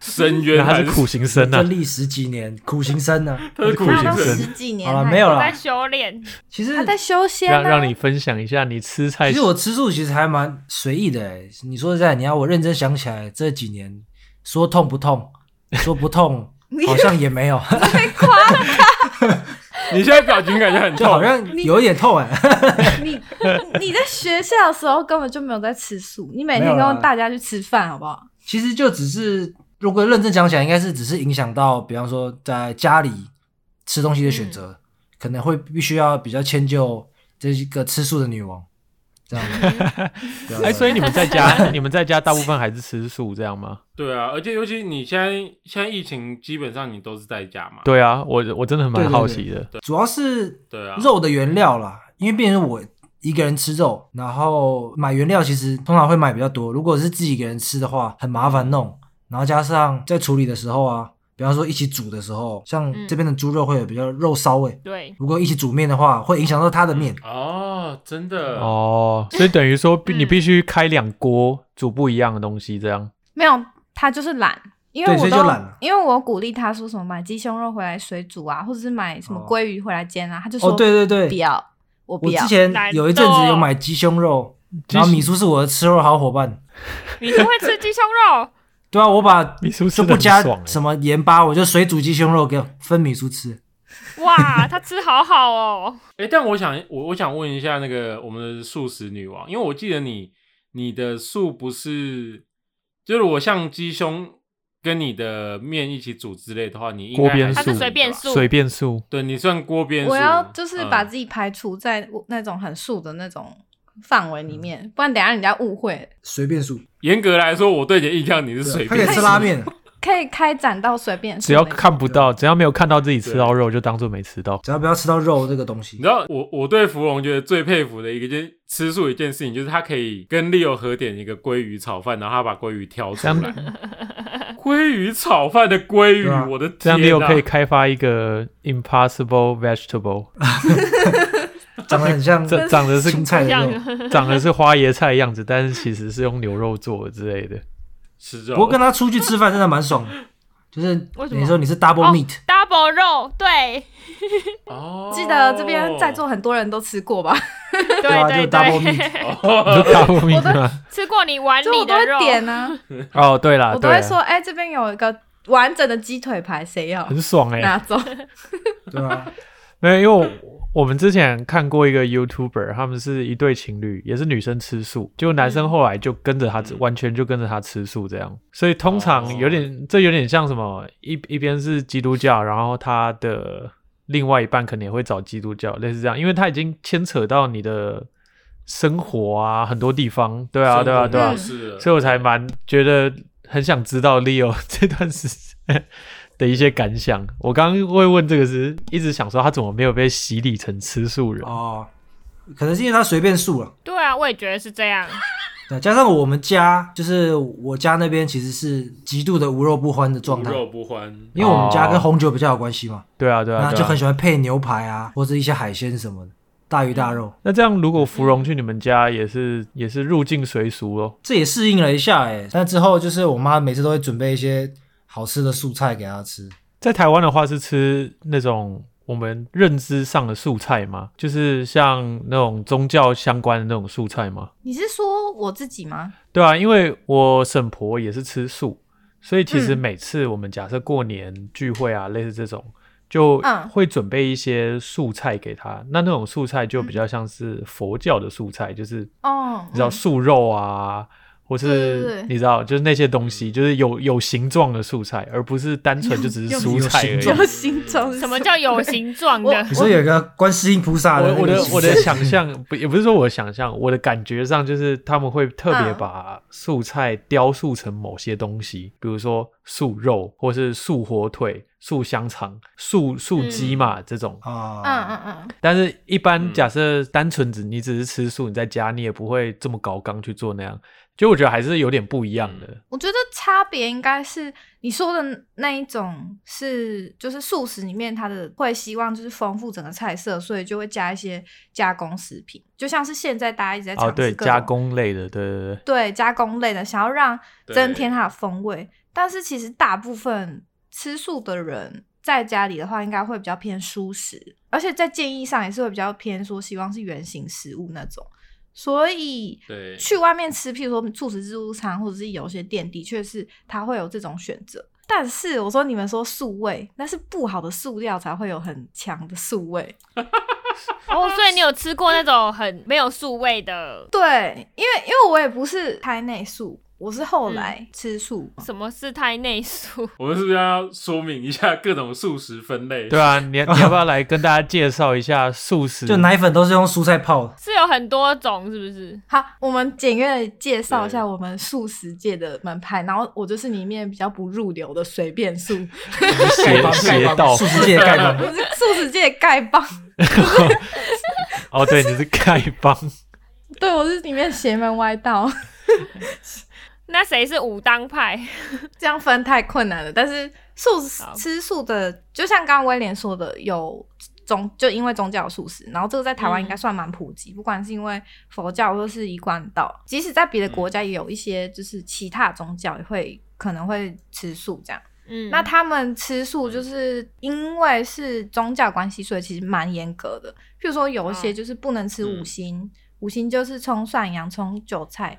[SPEAKER 4] 深渊
[SPEAKER 5] 哎哦他
[SPEAKER 4] 还
[SPEAKER 5] 是苦行僧啊呐、
[SPEAKER 6] 奋力十几年，苦行僧呢？
[SPEAKER 4] 他是苦
[SPEAKER 2] 他
[SPEAKER 4] 行
[SPEAKER 2] 到
[SPEAKER 4] 僧
[SPEAKER 2] 十。几年
[SPEAKER 6] 好了，
[SPEAKER 2] 还
[SPEAKER 6] 没有
[SPEAKER 3] 我在
[SPEAKER 6] 啦。
[SPEAKER 3] 修炼，
[SPEAKER 6] 其实
[SPEAKER 2] 啊他在修仙啊
[SPEAKER 5] 让
[SPEAKER 2] 呢、
[SPEAKER 5] 让你分享一下你吃菜
[SPEAKER 6] 其实我吃素其实还蛮随意的、欸。你说实在，你要我认真想起来，这几年说痛不痛，说不痛
[SPEAKER 2] 你
[SPEAKER 6] 好像也没有，
[SPEAKER 4] 你现在表情感觉很
[SPEAKER 6] 就好
[SPEAKER 4] 痛，
[SPEAKER 6] 像有一点痛哎、
[SPEAKER 2] 你你在学校的时候根本就没有在吃素，你每天
[SPEAKER 6] 没有啦
[SPEAKER 2] 跟大家去吃饭好不好？
[SPEAKER 6] 其实就只是，如果认真讲起来，应该是只是影响到，比方说在家里吃东西的选择，可能会必须要比较迁就这一个吃素的女王，这样子。对啊
[SPEAKER 5] 哎、所以你们在 家，你们在家大部分还是吃素这样吗？
[SPEAKER 4] 对啊，而且尤其你现在现在疫情，基本上你都是在家嘛，
[SPEAKER 5] 对啊，我我真的很蛮
[SPEAKER 6] 对对
[SPEAKER 5] 好
[SPEAKER 6] 对
[SPEAKER 5] 奇的。
[SPEAKER 6] 主要是
[SPEAKER 4] 对啊，
[SPEAKER 6] 肉的原料啦，因为变成我一个人吃肉，然后买原料其实通常会买比较多。如果是自己一个人吃的话，很麻烦弄，然后加上在处理的时候啊，比方说一起煮的时候，啊像
[SPEAKER 3] 嗯
[SPEAKER 6] 这边的猪肉会有比较肉骚味，
[SPEAKER 3] 对，
[SPEAKER 6] 如果一起煮面的话，会影响到它的面。
[SPEAKER 4] 哦，真的，
[SPEAKER 5] 哦，所以等于说必你
[SPEAKER 3] 嗯
[SPEAKER 5] 必须开两锅煮不一样的东西，这样。
[SPEAKER 2] 没有，他就是懒，因为
[SPEAKER 6] 对所
[SPEAKER 2] 我
[SPEAKER 6] 以
[SPEAKER 2] 都
[SPEAKER 6] 就懒了
[SPEAKER 2] 因为我鼓励他说什么买鸡胸肉回来水煮啊，或者是买什么
[SPEAKER 6] 哦
[SPEAKER 2] 鲑鱼回来煎啊，他就说
[SPEAKER 6] 哦，对对
[SPEAKER 2] 不
[SPEAKER 6] 对，
[SPEAKER 2] 要，我不
[SPEAKER 6] 我
[SPEAKER 2] 要
[SPEAKER 6] 之。前
[SPEAKER 3] 懒
[SPEAKER 6] 有一阵子
[SPEAKER 3] 惰
[SPEAKER 6] 有买鸡胸肉，
[SPEAKER 5] 鸡
[SPEAKER 6] 然后米叔是我的吃肉好伙伴。
[SPEAKER 3] 你是会吃鸡胸肉，
[SPEAKER 6] 对啊，我把
[SPEAKER 5] 米叔吃
[SPEAKER 6] 就
[SPEAKER 5] 的
[SPEAKER 6] 不
[SPEAKER 5] 很
[SPEAKER 6] 加
[SPEAKER 5] 爽、欸，
[SPEAKER 6] 什么盐巴，我就水煮鸡胸肉给分米叔吃。
[SPEAKER 3] 哇，他吃好好哦，
[SPEAKER 4] 哎、但我想，我我想问一下那个我们的素食女王，因为我记得你你的素不是，就是我像鸡胸跟你的面一起煮之类的话，你应该
[SPEAKER 5] 锅边
[SPEAKER 4] 还
[SPEAKER 3] 他
[SPEAKER 5] 素
[SPEAKER 3] 是
[SPEAKER 4] 素
[SPEAKER 3] 随便
[SPEAKER 4] 吧
[SPEAKER 3] 素，
[SPEAKER 5] 随便素。
[SPEAKER 4] 对你算锅边素，
[SPEAKER 2] 我要就是把
[SPEAKER 4] 嗯
[SPEAKER 2] 自己排除在那种很素的那种范围里面，不然等一下人家误会。
[SPEAKER 6] 随便数，
[SPEAKER 4] 严、格来说，我对你的印象你是随
[SPEAKER 6] 他
[SPEAKER 4] 便
[SPEAKER 6] 可以
[SPEAKER 4] 素
[SPEAKER 6] 吃拉面，
[SPEAKER 2] 可以开展到随便素
[SPEAKER 5] 只要
[SPEAKER 2] 那种
[SPEAKER 5] 看不到，只要没有看到自己吃到肉，就当做没吃到。
[SPEAKER 6] 只要不要吃到肉这个东
[SPEAKER 4] 你
[SPEAKER 6] 西
[SPEAKER 4] 知。道我我对芙蓉觉得最佩服的一个件吃素一件事情，就是他可以跟 Leo 合点一个鲑鱼炒饭，然后他把鲑鱼挑出
[SPEAKER 5] 这样
[SPEAKER 4] 来。鲑鱼炒饭的鲑鱼，
[SPEAKER 6] 对啊
[SPEAKER 4] 我的
[SPEAKER 5] 这
[SPEAKER 4] 天、
[SPEAKER 5] 样
[SPEAKER 4] 啊！
[SPEAKER 5] Leo 可以开发一个 Impossible Vegetable，
[SPEAKER 6] 长得很像
[SPEAKER 5] 这长得是
[SPEAKER 6] 青菜的
[SPEAKER 3] 像
[SPEAKER 6] 肉。
[SPEAKER 5] 长得是花椰菜样子，但是其实是用牛肉做的之类的。
[SPEAKER 4] 吃
[SPEAKER 6] 不
[SPEAKER 4] 肉。
[SPEAKER 6] 过跟他出去吃饭真的蛮爽的，就是
[SPEAKER 3] 为什么
[SPEAKER 6] 你说你是 double
[SPEAKER 3] 哦
[SPEAKER 6] meat，
[SPEAKER 3] double 肉，对，
[SPEAKER 4] 哦，
[SPEAKER 2] 记得这边在座很多人都吃过吧？
[SPEAKER 3] 对
[SPEAKER 6] 对啊，就
[SPEAKER 3] 对
[SPEAKER 6] 是 double
[SPEAKER 3] 对，
[SPEAKER 6] meat，
[SPEAKER 4] 哦
[SPEAKER 5] 你说大不明吗？
[SPEAKER 3] 吃过你碗
[SPEAKER 2] 就我
[SPEAKER 3] 里
[SPEAKER 2] 都
[SPEAKER 3] 的肉
[SPEAKER 2] 会，点啊，
[SPEAKER 5] 哦，对啦，
[SPEAKER 2] 我都
[SPEAKER 5] 对
[SPEAKER 2] 会
[SPEAKER 5] 啦
[SPEAKER 2] 说，，哎、这边有一个完整的鸡腿排，谁要
[SPEAKER 5] 很爽哎、
[SPEAKER 2] 拿走？
[SPEAKER 6] 对啊吧？
[SPEAKER 5] 没有，因为我我们之前看过一个 YouTuber，他们是一对情侣，也是女生吃素，结果男生后来就跟着他吃，
[SPEAKER 4] 嗯
[SPEAKER 5] 完全就跟着他吃素这样。所以通常
[SPEAKER 4] 哦
[SPEAKER 5] 有点，这有点像什么，一一边是基督教，然后他的另外一半肯定也会找基督教，类似这样，因为他已经牵扯到你的生活啊，很多地方，对啊，对啊，对啊，
[SPEAKER 2] 嗯
[SPEAKER 4] 是，
[SPEAKER 5] 所以我才蛮觉得很想知道 Leo 这段时间的一些感想。我刚刚会问这个是，一直想说他怎么没有被洗礼成吃素人。
[SPEAKER 6] 哦，可能是因为他随便素了。
[SPEAKER 3] 对啊，我也觉得是这样，
[SPEAKER 6] 对，加上我们家，就是我家那边其实是极度的无肉不欢的状
[SPEAKER 4] 无
[SPEAKER 6] 态，
[SPEAKER 4] 肉不欢。
[SPEAKER 6] 因为我们家跟红酒比较有关系嘛，
[SPEAKER 5] 对啊，哦对啊，
[SPEAKER 6] 那
[SPEAKER 5] 对
[SPEAKER 6] 就
[SPEAKER 5] 啊
[SPEAKER 6] 很喜欢配牛排啊，或者一些海鲜什么的，大鱼大肉，
[SPEAKER 5] 那这样，如果芙蓉去你们家，也是也是入境随俗哦咯。
[SPEAKER 6] 这也适应了一下哎、但之后就是我妈每次都会准备一些好吃的素菜给她吃，
[SPEAKER 5] 在台湾的话，是吃那种我们认知上的素菜吗？就是像那种宗教相关的那种素菜吗？
[SPEAKER 2] 你是说我自己吗？
[SPEAKER 5] 对啊，因为我婶婆也是吃素，所以其实
[SPEAKER 2] 嗯
[SPEAKER 5] 每次我们假设过年聚会啊，类似这种，就
[SPEAKER 2] 嗯
[SPEAKER 5] 会准备一些素菜给她。那那种素菜就比较像是佛教的素菜，就是
[SPEAKER 2] 嗯哦
[SPEAKER 5] 你，知道素肉啊，或
[SPEAKER 2] 对对
[SPEAKER 5] 是
[SPEAKER 2] 对
[SPEAKER 5] 你知道，就是那些东西，就是有有形状的素菜，而不是单纯就只是
[SPEAKER 2] 有
[SPEAKER 5] 蔬菜而
[SPEAKER 6] 有
[SPEAKER 5] 已
[SPEAKER 6] 形。状
[SPEAKER 2] 有形状是
[SPEAKER 3] 什么叫有形状 的？
[SPEAKER 6] 你说有一个观世音菩萨的
[SPEAKER 5] 我我
[SPEAKER 6] 那
[SPEAKER 5] 的
[SPEAKER 6] 个
[SPEAKER 5] 我 的
[SPEAKER 6] 形
[SPEAKER 5] 想象不也不是说我的想象，我的感觉上就是他们会特别
[SPEAKER 2] 嗯
[SPEAKER 5] 把素菜雕塑成某些东西，比如说素肉或是素火腿、素香肠、素素鸡嘛、这种。
[SPEAKER 6] 啊，
[SPEAKER 2] 嗯嗯嗯，
[SPEAKER 5] 但是，一般
[SPEAKER 4] 嗯
[SPEAKER 5] 假设单纯只你只是吃素，你在家你也不会这么高纲去做那样。就我觉得还是有点不一样的。
[SPEAKER 2] 我觉得差别应该是你说的那一种是，就是素食里面它的会希望就是丰富整个菜色，所以就会加一些加工食品，就像是现在大家一嗯直在尝
[SPEAKER 5] 哦，
[SPEAKER 2] 试
[SPEAKER 5] 对，
[SPEAKER 2] 各种
[SPEAKER 5] 加工类的，对对对。
[SPEAKER 2] 对加工类的，想要让
[SPEAKER 4] 对
[SPEAKER 2] 增添它的风味。但是其实大部分吃素的人在家里的话，应该会比较偏蔬食，而且在建议上也是会比较偏说希望是原形食物那种。所以
[SPEAKER 4] 对
[SPEAKER 2] 去外面吃，譬如说素食自助餐，或者是有些店的确是它会有这种选择。但是我说你们说素味，那是不好的素料才会有很强的素味。
[SPEAKER 3] 哦，所以你有吃过那种很没有素味的？
[SPEAKER 2] 对，因为因为我也不是胎内素，我是后
[SPEAKER 4] 嗯
[SPEAKER 2] 来吃素。
[SPEAKER 3] 什么是胎内素？
[SPEAKER 4] 我们是不是要说明一下各种素食分类？
[SPEAKER 5] 对啊，你你要不要来跟大家介绍一下素食？
[SPEAKER 6] 就奶粉都是用蔬菜泡的，
[SPEAKER 3] 是有很多种，是不是？
[SPEAKER 2] 好，我们简略地介绍一下
[SPEAKER 4] 对
[SPEAKER 2] 我们素食界的门派，然后我就是里面比较不入流的随便素，我
[SPEAKER 5] 邪邪 道
[SPEAKER 6] 素食界的概念。
[SPEAKER 2] 是素食界的丐帮。
[SPEAKER 5] 哦，对，你是丐帮，
[SPEAKER 2] 对，我是里面邪门歪道，
[SPEAKER 3] 那谁是武当派？
[SPEAKER 2] 这样分太困难了。但是素食
[SPEAKER 3] 好
[SPEAKER 2] 吃素的，就像刚刚威廉说的，有宗就因为宗教素食，然后这个在台湾应该算蛮普及，不管是因为佛教或是一贯道，即使在别的国家也有一些就是其他宗教也会可能会吃素这样。
[SPEAKER 3] 嗯，
[SPEAKER 2] 那他们吃素就是因为是宗教关系，所以其实蛮严格的。譬如说有一些
[SPEAKER 3] 嗯
[SPEAKER 2] 就是不能吃五辛，五辛就是葱、蒜、洋葱、韭菜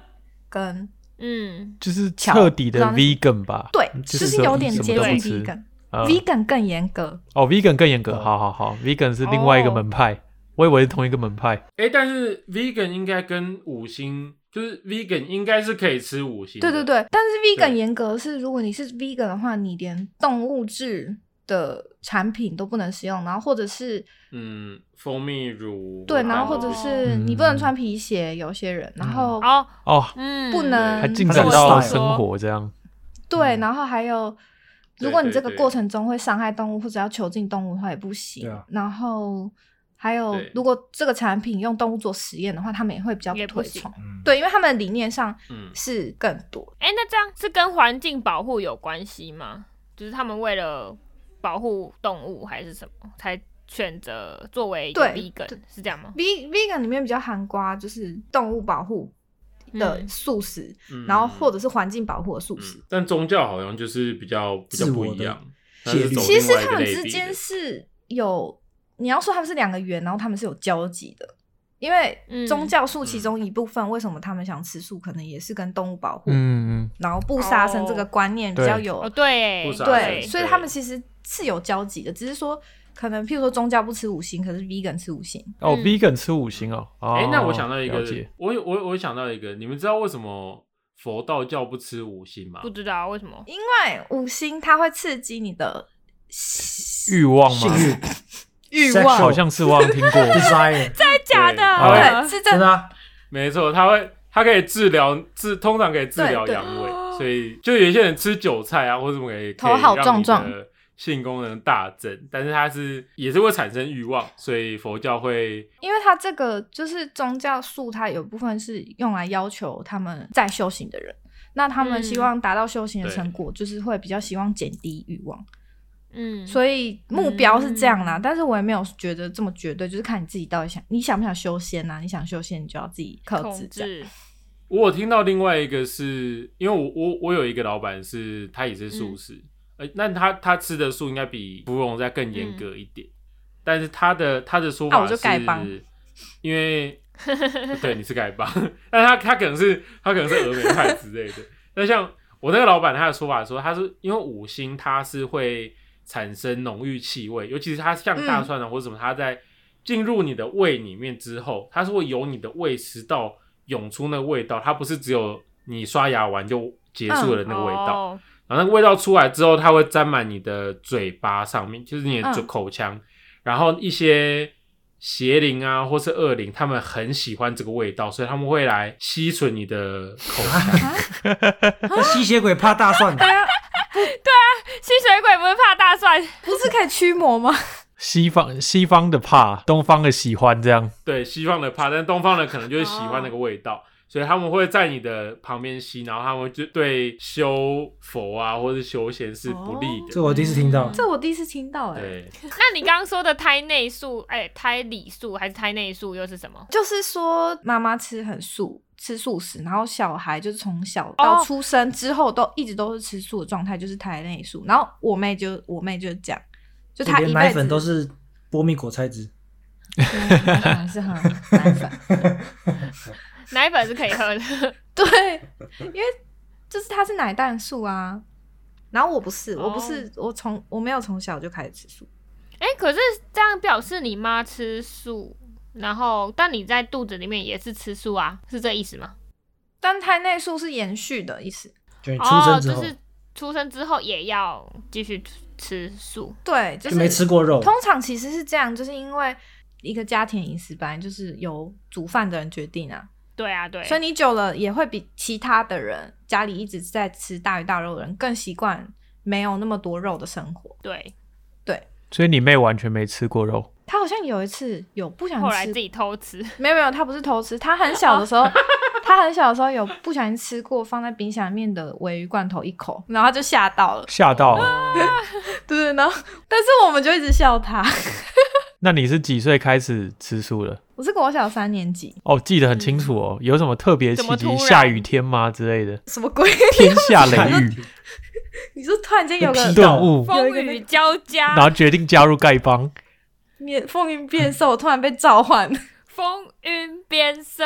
[SPEAKER 2] 跟
[SPEAKER 3] 嗯，
[SPEAKER 5] 就是彻底的
[SPEAKER 2] 巧不知
[SPEAKER 5] vegan 吧？
[SPEAKER 2] 对，
[SPEAKER 5] 就
[SPEAKER 2] 就是是
[SPEAKER 5] 什么
[SPEAKER 2] 有点
[SPEAKER 5] 嗯什么
[SPEAKER 2] 接
[SPEAKER 5] 都
[SPEAKER 2] 近
[SPEAKER 5] 不
[SPEAKER 2] vegan
[SPEAKER 5] 吃。呃
[SPEAKER 2] vegan 更严格，
[SPEAKER 5] 哦，vegan 更严格，
[SPEAKER 6] 哦
[SPEAKER 4] 嗯
[SPEAKER 5] 好好好，vegan 是另外一个门派，我以为是同一个门派。
[SPEAKER 4] 哎、但是 vegan 应该跟五星，就是 vegan 应该是可以吃五星。
[SPEAKER 2] 对对，对。但是 vegan
[SPEAKER 4] 对
[SPEAKER 2] 严格是，如果你是 vegan 的话，你连动物质的产品都不能使用，然后或者是
[SPEAKER 4] 嗯，蜂蜜乳
[SPEAKER 2] 对，
[SPEAKER 4] 蛋
[SPEAKER 2] 然后
[SPEAKER 4] 黄
[SPEAKER 2] 或者
[SPEAKER 3] 哦
[SPEAKER 2] 是
[SPEAKER 5] 嗯
[SPEAKER 2] 你不能穿皮鞋，有些人，然后
[SPEAKER 3] 哦，
[SPEAKER 5] 哦，
[SPEAKER 3] 嗯，
[SPEAKER 2] 不能
[SPEAKER 5] 还进
[SPEAKER 6] 它
[SPEAKER 5] 展
[SPEAKER 6] 是
[SPEAKER 5] 到
[SPEAKER 6] style
[SPEAKER 5] 生活这样，
[SPEAKER 2] 对，
[SPEAKER 6] 嗯
[SPEAKER 2] 然后还有，
[SPEAKER 4] 对
[SPEAKER 2] 如果你
[SPEAKER 4] 对
[SPEAKER 2] 这个
[SPEAKER 4] 对
[SPEAKER 2] 过程中会伤害动物或者要囚禁动物的话，也不行
[SPEAKER 6] 对啊。
[SPEAKER 2] 然后还有
[SPEAKER 4] 对，
[SPEAKER 2] 如果这个产品用动物做实验的话，他们也会比较
[SPEAKER 3] 也不
[SPEAKER 2] 推
[SPEAKER 3] 行
[SPEAKER 2] 崇。
[SPEAKER 6] 嗯，
[SPEAKER 2] 对，因为他们理念上
[SPEAKER 4] 嗯
[SPEAKER 2] 是更多。
[SPEAKER 3] 哎、那这样是跟环境保护有关系吗？就是他们为了保护动物还是什么，才选择作为一个
[SPEAKER 2] 对
[SPEAKER 3] vegan 是这样吗？
[SPEAKER 2] V vegan 里面比较含瓜就是动物保护的
[SPEAKER 3] 嗯
[SPEAKER 2] 素食，
[SPEAKER 4] 嗯
[SPEAKER 2] 然后或者是环境保护的素食
[SPEAKER 4] 嗯。但宗教好像就是比较比较
[SPEAKER 6] 自
[SPEAKER 4] 不
[SPEAKER 6] 我
[SPEAKER 4] 一
[SPEAKER 6] 的
[SPEAKER 4] 样，它
[SPEAKER 6] 戒
[SPEAKER 4] 是
[SPEAKER 6] 律
[SPEAKER 4] 走
[SPEAKER 2] 其
[SPEAKER 4] 另
[SPEAKER 2] 实
[SPEAKER 4] 外一个
[SPEAKER 2] 他们
[SPEAKER 4] 类
[SPEAKER 2] 之
[SPEAKER 4] 别
[SPEAKER 2] 间
[SPEAKER 4] 的
[SPEAKER 2] 是有，你要说他们是两个圆，然后他们是有交集的，因为
[SPEAKER 3] 嗯
[SPEAKER 2] 宗教素其中一部分，为什么他们想吃素，可能也是跟动物保护，
[SPEAKER 5] 嗯，嗯
[SPEAKER 2] 然后不杀生这个
[SPEAKER 3] 哦
[SPEAKER 2] 观念比较
[SPEAKER 5] 对
[SPEAKER 2] 有，
[SPEAKER 3] 哦，对
[SPEAKER 4] 不
[SPEAKER 3] 耶，
[SPEAKER 4] 杀
[SPEAKER 2] 对，
[SPEAKER 4] 生
[SPEAKER 2] 所以他们其实是有交集的，只是说可能譬如说宗教不吃五星，可是 vegan 吃五星，
[SPEAKER 5] 哦
[SPEAKER 3] 嗯
[SPEAKER 5] ，vegan 吃五星哦，哦
[SPEAKER 4] 哎、那我想到一个
[SPEAKER 5] 了解，
[SPEAKER 4] 我有我有我想到一个，你们知道为什么佛道教不吃五星吗
[SPEAKER 3] 不？知道为什么。
[SPEAKER 2] 因为五星它会刺激你的
[SPEAKER 5] 欲望
[SPEAKER 6] 性
[SPEAKER 5] 吗？
[SPEAKER 6] 欲
[SPEAKER 2] 欲
[SPEAKER 6] Sexual，
[SPEAKER 2] 望
[SPEAKER 5] 好，像是忘听 过
[SPEAKER 6] desire
[SPEAKER 3] 真假
[SPEAKER 4] 对
[SPEAKER 3] 的？
[SPEAKER 4] 好
[SPEAKER 2] 对，是真
[SPEAKER 6] 真
[SPEAKER 2] 的。
[SPEAKER 6] 的 啊，
[SPEAKER 4] 没错，它会它可以治疗治，通常可以治疗
[SPEAKER 2] 对对
[SPEAKER 4] 阳痿，所以就有一些人吃韭菜啊或什么可以
[SPEAKER 2] 头好
[SPEAKER 4] 可以让
[SPEAKER 2] 壮
[SPEAKER 4] 你
[SPEAKER 2] 壮
[SPEAKER 4] 的性功能大增，但是它是也是会产生欲望，所以佛教会
[SPEAKER 2] 因为它这个就是宗教术，它有部分是用来要求他们在修行的人，那他们
[SPEAKER 3] 嗯
[SPEAKER 2] 希望达到修行的
[SPEAKER 4] 对
[SPEAKER 2] 成果，就是会比较希望减低欲望，
[SPEAKER 3] 嗯，
[SPEAKER 2] 所以目标是这样啦。
[SPEAKER 3] 嗯
[SPEAKER 2] 但是我也没有觉得这么绝对，就是看你自己到底想你想不想修仙呐、啊你想修仙，你就要自己克制
[SPEAKER 3] 控
[SPEAKER 2] 这样。
[SPEAKER 3] 制，
[SPEAKER 4] 我有听到另外一个是，因为我我我有一个老板是，他也是素食，
[SPEAKER 2] 嗯
[SPEAKER 4] 呃，那他他吃的素应该比芙蓉再更严格一点，但是他的他的说
[SPEAKER 2] 啊
[SPEAKER 4] 法
[SPEAKER 2] 嗯我
[SPEAKER 4] 是，
[SPEAKER 2] 就丐帮
[SPEAKER 4] 因为对你是丐帮，但他他可能是他可能是峨眉派之类的。那像我那个老板他的说法说，他是因为五星它是会产生浓郁气味，尤其是它像大蒜啊或者什么，它在进入你的胃里面之后，它是会由你的胃食道涌出那个味道，它不是只有你刷牙完就结束了 那个味道。
[SPEAKER 3] 哦
[SPEAKER 4] 然后那个味道出来之后，它会沾满你的嘴巴上面，就是你的嘴
[SPEAKER 2] 嗯
[SPEAKER 4] 口腔，然后一些邪灵啊或是恶灵，他们很喜欢这个味道，所以他们会来吸吮你的口 腔。
[SPEAKER 2] 啊
[SPEAKER 6] 那吸血鬼怕大蒜，
[SPEAKER 3] 吸血鬼不是怕大蒜，
[SPEAKER 2] 不是可以驱魔吗？
[SPEAKER 5] 西方西方的怕，东方的喜欢这样。
[SPEAKER 4] 对，西方的怕，但东方的可能就是喜欢那个味
[SPEAKER 2] 哦
[SPEAKER 4] 道。所以他们会在你的旁边吸，然后他们就对修佛啊，或是修仙是不利的。
[SPEAKER 6] 这
[SPEAKER 2] 哦
[SPEAKER 6] 我第一次听到
[SPEAKER 3] 嗯。
[SPEAKER 2] 这我第一次听到、哎，
[SPEAKER 4] 对，
[SPEAKER 3] 那你刚刚说的胎内素，哎、胎里素还是胎内素又是什么？
[SPEAKER 2] 就是说妈妈吃很素。吃素食，然后小孩就是从小到出生之后都一直都是吃素的状态，就是胎内素。然后我妹就我妹就讲，就
[SPEAKER 6] 就
[SPEAKER 2] 她
[SPEAKER 6] 连
[SPEAKER 2] 一
[SPEAKER 6] 奶
[SPEAKER 2] 辈子
[SPEAKER 6] 粉都是波蜜果菜汁，
[SPEAKER 2] 嗯是很奶粉，
[SPEAKER 3] 奶粉是可以喝的，
[SPEAKER 2] 对，因为就是它是奶蛋素啊。然后我不是，我不是，我从我没有从小就开始吃素，
[SPEAKER 3] 哎、可是这样表示你妈吃素，然后但你在肚子里面也是吃素啊，是这意思吗？
[SPEAKER 2] 但胎内素是延续的意思。
[SPEAKER 6] 就你出
[SPEAKER 3] 哦，
[SPEAKER 6] 生之
[SPEAKER 3] 就
[SPEAKER 6] 后
[SPEAKER 3] 是出生之后也要继续吃素。
[SPEAKER 2] 对，就
[SPEAKER 6] 就是没吃过肉，
[SPEAKER 2] 通常其实是这样，就是因为一个家庭饮食本来就是由煮饭的人决定啊，
[SPEAKER 3] 对啊，对，
[SPEAKER 2] 所以你久了也会比其他的人家里一直在吃大鱼大肉的人更习惯没有那么多肉的生活。
[SPEAKER 3] 对，
[SPEAKER 5] 所以你妹完全没吃过肉，
[SPEAKER 2] 他好像有一次有不想
[SPEAKER 3] 后来
[SPEAKER 2] 吃
[SPEAKER 3] 自己偷吃，
[SPEAKER 2] 没有没有，他不是偷吃，他很小的时 候，他很小的时候有不小心吃过放在冰箱里面的鲔鱼罐头一口，然后他就吓到了，
[SPEAKER 5] 吓到哦了。
[SPEAKER 2] 对对，然后但是我们就一直笑他。
[SPEAKER 5] 那你是几岁开始吃素的？
[SPEAKER 2] 我是国小三年级，
[SPEAKER 5] 哦，记得很清楚哦。有什么特别契
[SPEAKER 3] 怎么
[SPEAKER 5] 机？
[SPEAKER 3] 突然
[SPEAKER 5] 下雨天吗之类的？
[SPEAKER 2] 什么鬼？
[SPEAKER 5] 天下雷雨，
[SPEAKER 2] 你说突然间有个
[SPEAKER 6] 你
[SPEAKER 5] 顿悟，
[SPEAKER 3] 风
[SPEAKER 2] 有一个那
[SPEAKER 3] 雨交
[SPEAKER 5] 然
[SPEAKER 3] 加，
[SPEAKER 5] 后决定加入丐帮。
[SPEAKER 2] 你风云变色，我突然被召唤，
[SPEAKER 3] 风云变色。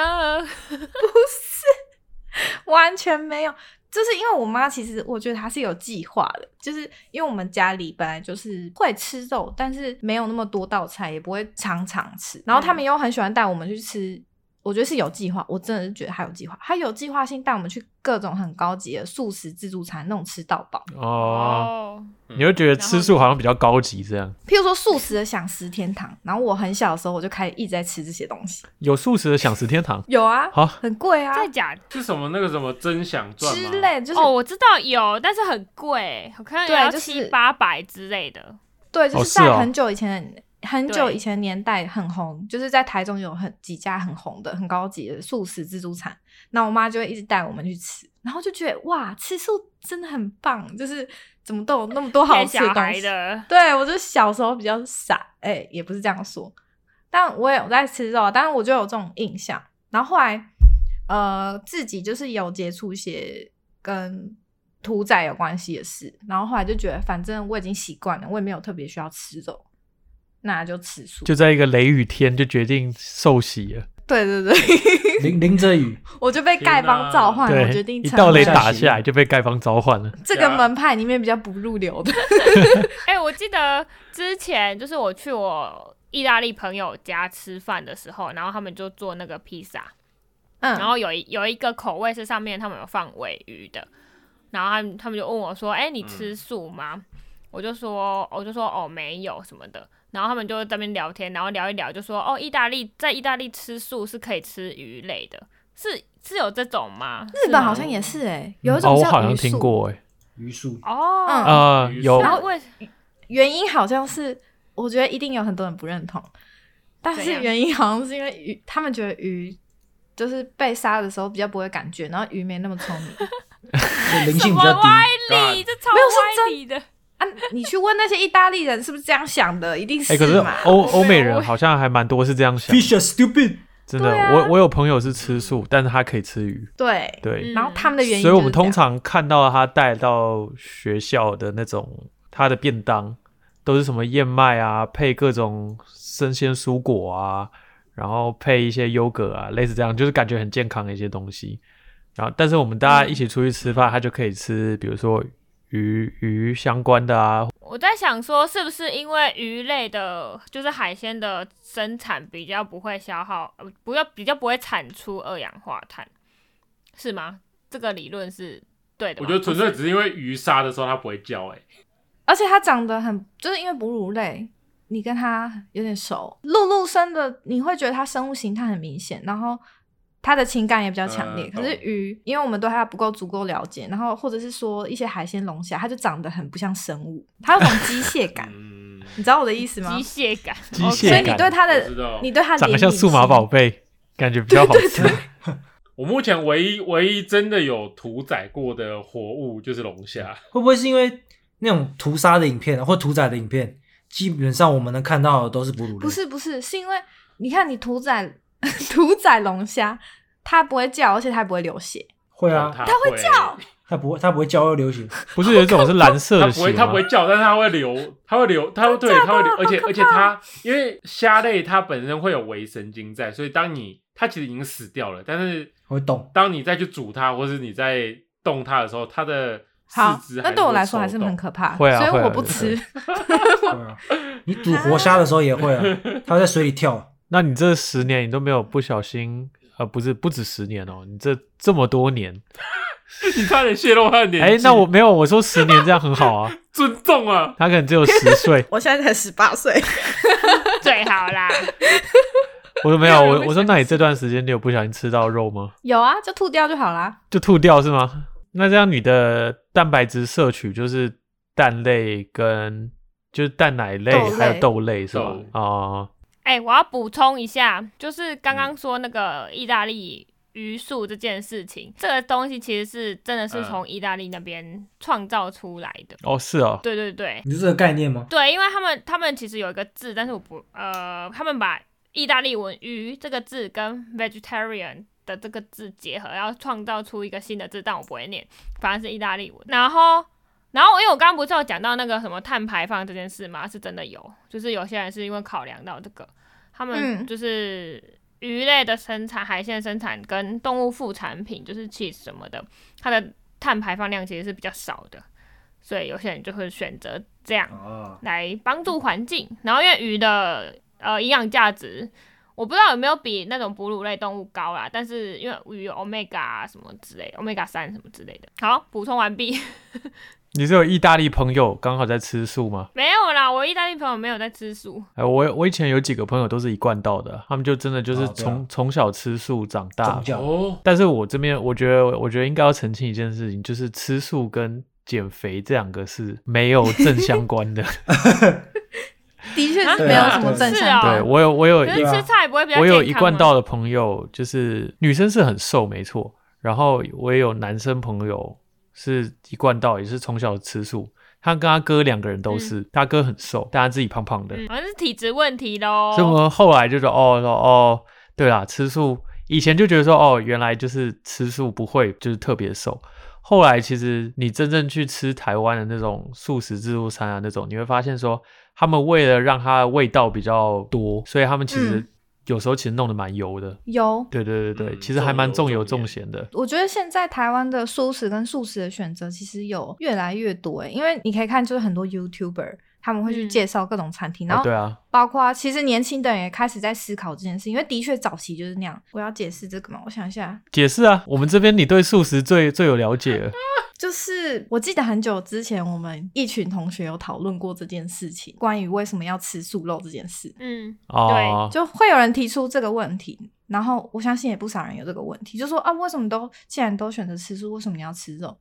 [SPEAKER 2] 完全没有。就是因为我妈，其实我觉得她是有计划的，就是因为我们家里本来就是会吃肉，但是没有那么多道菜，也不会常常吃。然后他们又很喜欢带我们去吃，我觉得是有计划，我真的是觉得她有计划，她有计划性带我们去各种很高级的素食自助餐，那种吃到饱。
[SPEAKER 5] 哦，
[SPEAKER 3] 哦，
[SPEAKER 5] 你会觉得吃素好像比较高级这样。
[SPEAKER 2] 譬如说素食的享食天堂，然后我很小的时候我就开始一直在吃这些东西，
[SPEAKER 5] 有素食的享食天堂，
[SPEAKER 2] 有啊，
[SPEAKER 5] 好
[SPEAKER 2] 很贵啊
[SPEAKER 3] 真的假的？
[SPEAKER 4] 是什么那个什么真想赚吗
[SPEAKER 2] 之类，就是、
[SPEAKER 3] 哦，我知道有，但是很贵，我看
[SPEAKER 2] 对
[SPEAKER 3] 要
[SPEAKER 2] 就是
[SPEAKER 3] 七八百之类的。
[SPEAKER 2] 对，就
[SPEAKER 5] 哦
[SPEAKER 2] 是
[SPEAKER 5] 是
[SPEAKER 2] 在
[SPEAKER 5] 哦
[SPEAKER 2] 很久以前、很久
[SPEAKER 3] 对
[SPEAKER 2] 以前年代很红，就是在台中有很几家很红的、很高级的素食自助餐。那我妈就会一直带我们去吃，然后就觉得哇，吃素真的很棒，就是怎么都有那么多好
[SPEAKER 3] 骗
[SPEAKER 2] 吃的
[SPEAKER 3] 小
[SPEAKER 2] 东
[SPEAKER 3] 孩
[SPEAKER 2] 西。
[SPEAKER 3] 的，
[SPEAKER 2] 对我就小时候比较傻，哎、也不是这样说，但我也有在吃肉，啊但是我就有这种印象。然后后来，呃，自己就是有接触一些跟屠宰有关系的事，然后后来就觉得反正我已经习惯了，我也没有特别需要吃肉，那就吃素。
[SPEAKER 5] 就在一个雷雨天就决定受洗了。
[SPEAKER 2] 对对对，
[SPEAKER 6] 淋淋着雨，
[SPEAKER 2] 我就被丐帮召唤，我决
[SPEAKER 5] 对，
[SPEAKER 2] 定
[SPEAKER 5] 一
[SPEAKER 2] 成
[SPEAKER 5] 道雷
[SPEAKER 2] 为
[SPEAKER 5] 打下来就被丐帮召唤了。
[SPEAKER 2] 这个门派里面比较不入流的。
[SPEAKER 3] 哎、我记得之前就是我去我意大利朋友家吃饭的时候，然后他们就做那个披萨，
[SPEAKER 2] 嗯，
[SPEAKER 3] 然后有一有一个口味是上面他们有放尾鱼的，然后他们他们就问我说：“哎、你
[SPEAKER 2] 嗯
[SPEAKER 3] 吃素吗？”我就说，我就说哦没有什么的。然后他们就在那边聊天，然后聊一聊就说哦，意大利在意大利吃素是可以吃鱼类的，是是有这种吗？
[SPEAKER 2] 日
[SPEAKER 3] 是
[SPEAKER 2] 本
[SPEAKER 3] 吗
[SPEAKER 2] 好像也是哎、有一
[SPEAKER 5] 哦，
[SPEAKER 2] 种
[SPEAKER 5] 我
[SPEAKER 2] 叫
[SPEAKER 5] 好像
[SPEAKER 2] 鱼
[SPEAKER 5] 听
[SPEAKER 2] 素
[SPEAKER 5] 过哎。
[SPEAKER 6] 榆树
[SPEAKER 3] 哦，
[SPEAKER 2] 嗯
[SPEAKER 5] 啊，
[SPEAKER 4] 鱼
[SPEAKER 5] 有
[SPEAKER 4] 素
[SPEAKER 3] 然后为
[SPEAKER 2] 原因好像是，我觉得一定有很多人不认同，但
[SPEAKER 3] 怎
[SPEAKER 2] 是
[SPEAKER 3] 样
[SPEAKER 2] 原因好像是因为鱼，他们觉得鱼就是被杀的时候比较不会感觉，然后鱼没那么聪明
[SPEAKER 6] 就
[SPEAKER 3] 什
[SPEAKER 6] 灵性比
[SPEAKER 3] 么
[SPEAKER 6] 较低。
[SPEAKER 3] 歪理？这超
[SPEAKER 2] 没有是
[SPEAKER 3] 歪
[SPEAKER 2] 真
[SPEAKER 3] 理的。
[SPEAKER 2] 啊。你去问那些意大利人是不是这样想的，一定
[SPEAKER 5] 哎，可是
[SPEAKER 2] 嘛？
[SPEAKER 5] 欧
[SPEAKER 3] 我
[SPEAKER 5] 欧美
[SPEAKER 3] 没有
[SPEAKER 5] 人
[SPEAKER 3] 我
[SPEAKER 5] 好像还蛮多是这样想，
[SPEAKER 6] Fish are stupid，
[SPEAKER 5] 真的。我我有朋友是吃素，但是他可以吃鱼，
[SPEAKER 2] 对，
[SPEAKER 5] 对。
[SPEAKER 2] 然后他们的原因，
[SPEAKER 5] 所以我们通，常看到他带到学校的那种他的便当，都是什么燕麦啊，配各种生鲜蔬果啊，然后配一些优格啊，类似这样，就是感觉很健康的一些东西。然后，但是我们大家一起出去吃饭，他就可以吃，比如说鱼鱼相关的啊，
[SPEAKER 3] 我在想说，是不是因为鱼类的，就是海鲜的生产比较不会消耗，呃不要比较不会产出二氧化碳，是吗？这个理论是对的
[SPEAKER 4] 我
[SPEAKER 3] 吗？
[SPEAKER 4] 觉得纯粹只是因为鱼杀的时候它不会叫、欸，哎，
[SPEAKER 2] 而且它长得很，就是因为哺乳类，你跟它有点熟。陆陆生的，你会觉得它生物形态很明显，然后它的情感也比较强烈。可
[SPEAKER 4] 嗯
[SPEAKER 2] 是
[SPEAKER 4] 懂
[SPEAKER 2] 鱼，因为我们对它不够足够了解，然后或者是说一些海鲜龙虾，它就长得很不像生物，它有种机械感，
[SPEAKER 4] 嗯，
[SPEAKER 2] 你知道我的意思吗
[SPEAKER 3] 机？械感，
[SPEAKER 5] 机
[SPEAKER 3] 哦
[SPEAKER 5] 械
[SPEAKER 2] 所以
[SPEAKER 5] 感
[SPEAKER 2] 你对它
[SPEAKER 4] 我
[SPEAKER 2] 的
[SPEAKER 4] 知，道。
[SPEAKER 2] 你对它
[SPEAKER 5] 长得
[SPEAKER 2] 怜
[SPEAKER 5] 像
[SPEAKER 2] 悯
[SPEAKER 5] 数码
[SPEAKER 2] 心
[SPEAKER 5] 宝贝，感觉比较好吃。
[SPEAKER 4] 我目前唯一唯一真的有屠宰过的活物就是龙虾，
[SPEAKER 6] 会不会是因为那种屠杀的影片啊，或屠宰的影片，基本上我们能看到的都是哺乳类？
[SPEAKER 2] 不，是不是，是因为你看你屠宰 屠宰龙虾，它不会叫，而且它不会流血。
[SPEAKER 6] 会
[SPEAKER 5] 哦
[SPEAKER 6] 啊，
[SPEAKER 4] 哦它会叫，
[SPEAKER 6] 它不会，它不会叫又流血。
[SPEAKER 5] 不是有一 种是蓝色
[SPEAKER 4] 它
[SPEAKER 5] 的
[SPEAKER 4] 不
[SPEAKER 5] 血
[SPEAKER 4] 会，它
[SPEAKER 5] 吗
[SPEAKER 4] 不？会叫，但是它会流，它会流，它会对，它会流，而且而且它因为虾类它本身会有微神经在，所以当你它其实已经死掉了，但是
[SPEAKER 6] 会动
[SPEAKER 4] 当你再去煮它，或是你在动它的时候，它的
[SPEAKER 2] 好
[SPEAKER 4] 四肢，
[SPEAKER 2] 那
[SPEAKER 4] 是
[SPEAKER 2] 对我
[SPEAKER 4] 会
[SPEAKER 2] 来说还
[SPEAKER 4] 抽
[SPEAKER 2] 是很
[SPEAKER 4] 动
[SPEAKER 2] 可怕，
[SPEAKER 5] 会啊
[SPEAKER 2] 所以
[SPEAKER 5] 会啊
[SPEAKER 2] 我不
[SPEAKER 5] 对
[SPEAKER 2] 吃。
[SPEAKER 6] 对啊你煮活虾的时候也
[SPEAKER 2] ，
[SPEAKER 6] 会啊，它会在水里跳。啊
[SPEAKER 5] 那你这十年你都没有不小心，呃，不是不止十年哦，你这这么多年，
[SPEAKER 4] 你差点泄露他的年纪。
[SPEAKER 5] 哎，那我没有，我说十年这样很好啊，
[SPEAKER 4] 尊重啊，
[SPEAKER 5] 他可能只有十岁
[SPEAKER 2] 我现在才十八岁，
[SPEAKER 3] 最好啦。
[SPEAKER 5] 我说没有，
[SPEAKER 3] 没有人
[SPEAKER 5] 我
[SPEAKER 3] 会
[SPEAKER 5] 我说那你这段时间你有不小心吃到肉吗？
[SPEAKER 2] 有啊，就吐掉就好啦。
[SPEAKER 5] 就吐掉是吗？那这样你的蛋白质摄取就是蛋类跟就是蛋奶类
[SPEAKER 2] 豆类
[SPEAKER 5] 还有豆类是吧
[SPEAKER 4] 豆？
[SPEAKER 5] 哦、
[SPEAKER 3] 哎、我要补充一下，就是刚
[SPEAKER 4] 嗯
[SPEAKER 3] 刚说那个意大利榆树这件事情，这个东西其实是真的是
[SPEAKER 4] 嗯
[SPEAKER 3] 从意大利那边创造出来的。
[SPEAKER 5] 哦是哦，
[SPEAKER 3] 对对对
[SPEAKER 6] 你是这个概念吗？
[SPEAKER 3] 对，因为他们他们其实有一个字，但是我不呃，他们把意大利文“鱼”这个字跟 vegetarian 的这个字结合，然后创造出一个新的字，但我不会念，反正是意大利文。然后然后，因为我刚刚不是有讲到那个什么碳排放这件事吗？是真的有，就是有些人是因为考量到这个，他们
[SPEAKER 2] 嗯
[SPEAKER 3] 就是鱼类的生产、海鲜生产跟动物副产品，就是 cheese 什么的，它的碳排放量其实是比较少的，所以有些人就会选择这样
[SPEAKER 6] 啊，
[SPEAKER 3] 来帮助环境。然后因为鱼的呃营养价值，我不知道有没有比那种哺乳类动物高啦，但是因为鱼有 omega 啊什么之类，omega 三什么之类的。好，补充 完毕。
[SPEAKER 5] 你是有意大利朋友刚好在吃素吗？
[SPEAKER 3] 没有啦，我意大利朋友没有在吃素。
[SPEAKER 5] 哎，我我以前有几个朋友都是一贯道的，他们就真的就是
[SPEAKER 6] 哦对啊
[SPEAKER 5] 从、从小吃素长大
[SPEAKER 6] 宗。教
[SPEAKER 4] 哦，
[SPEAKER 5] 但是我这边我觉得我觉得应该要澄清一件事情，就是吃素跟减肥这两个是没有正相关 的。
[SPEAKER 2] 的确是
[SPEAKER 6] 对
[SPEAKER 2] 没
[SPEAKER 6] 啊
[SPEAKER 2] 有什么正
[SPEAKER 3] 是
[SPEAKER 2] 向
[SPEAKER 3] 啊
[SPEAKER 2] 感。
[SPEAKER 5] 对我有我有
[SPEAKER 3] 可是
[SPEAKER 5] 一
[SPEAKER 6] 啊
[SPEAKER 3] 吃菜不会比较
[SPEAKER 5] 我
[SPEAKER 3] 健康
[SPEAKER 5] 有
[SPEAKER 3] 吗
[SPEAKER 5] 一贯道的朋友，就是女生是很瘦，没错。然后我也有男生朋友是一贯道，也是从小吃素。他跟他哥两个人都是，他哥很瘦，但他自己胖胖的。
[SPEAKER 3] 嗯好像是体质问题
[SPEAKER 2] 哦
[SPEAKER 3] 喽。
[SPEAKER 5] 所以我们后来就说，哦说哦，对啦，吃素以前就觉得说，哦，原来就是吃素不会就是特别瘦。后来其实你真正去吃台湾的那种素食自助餐啊，那种你会发现说，他们为了让它的味道比较多，所以他们其实
[SPEAKER 2] 嗯
[SPEAKER 5] 有时候其实弄得蛮油的。
[SPEAKER 2] 有，
[SPEAKER 5] 对对对对，
[SPEAKER 4] 嗯
[SPEAKER 5] 其实还蛮重
[SPEAKER 4] 重
[SPEAKER 5] 油
[SPEAKER 4] 油
[SPEAKER 5] 重
[SPEAKER 4] 重
[SPEAKER 5] 咸的。
[SPEAKER 2] 我觉得现在台湾的素食跟素食的选择其实有越来越多欸诶，因为你可以看，就是很多 YouTuber 他们会去
[SPEAKER 3] 嗯
[SPEAKER 2] 介绍各种餐厅，然
[SPEAKER 5] 哦
[SPEAKER 2] 后
[SPEAKER 5] 对啊，
[SPEAKER 2] 包括其实年轻的人也开始在思考这件事，因为的确早期就是那样。我要解释这个嘛，我想一下，
[SPEAKER 5] 解释啊，我们这边你对素食最最有了解 了。
[SPEAKER 2] 就是我记得很久之前我们一群同学有讨论过这件事情，关于为什么要吃素肉这件事。
[SPEAKER 3] 嗯，
[SPEAKER 5] 哦，
[SPEAKER 2] 就会有人提出这个问题，然后我相信也不少人有这个问题，就说啊，为什么都既然都选择吃素，为什么你要吃肉？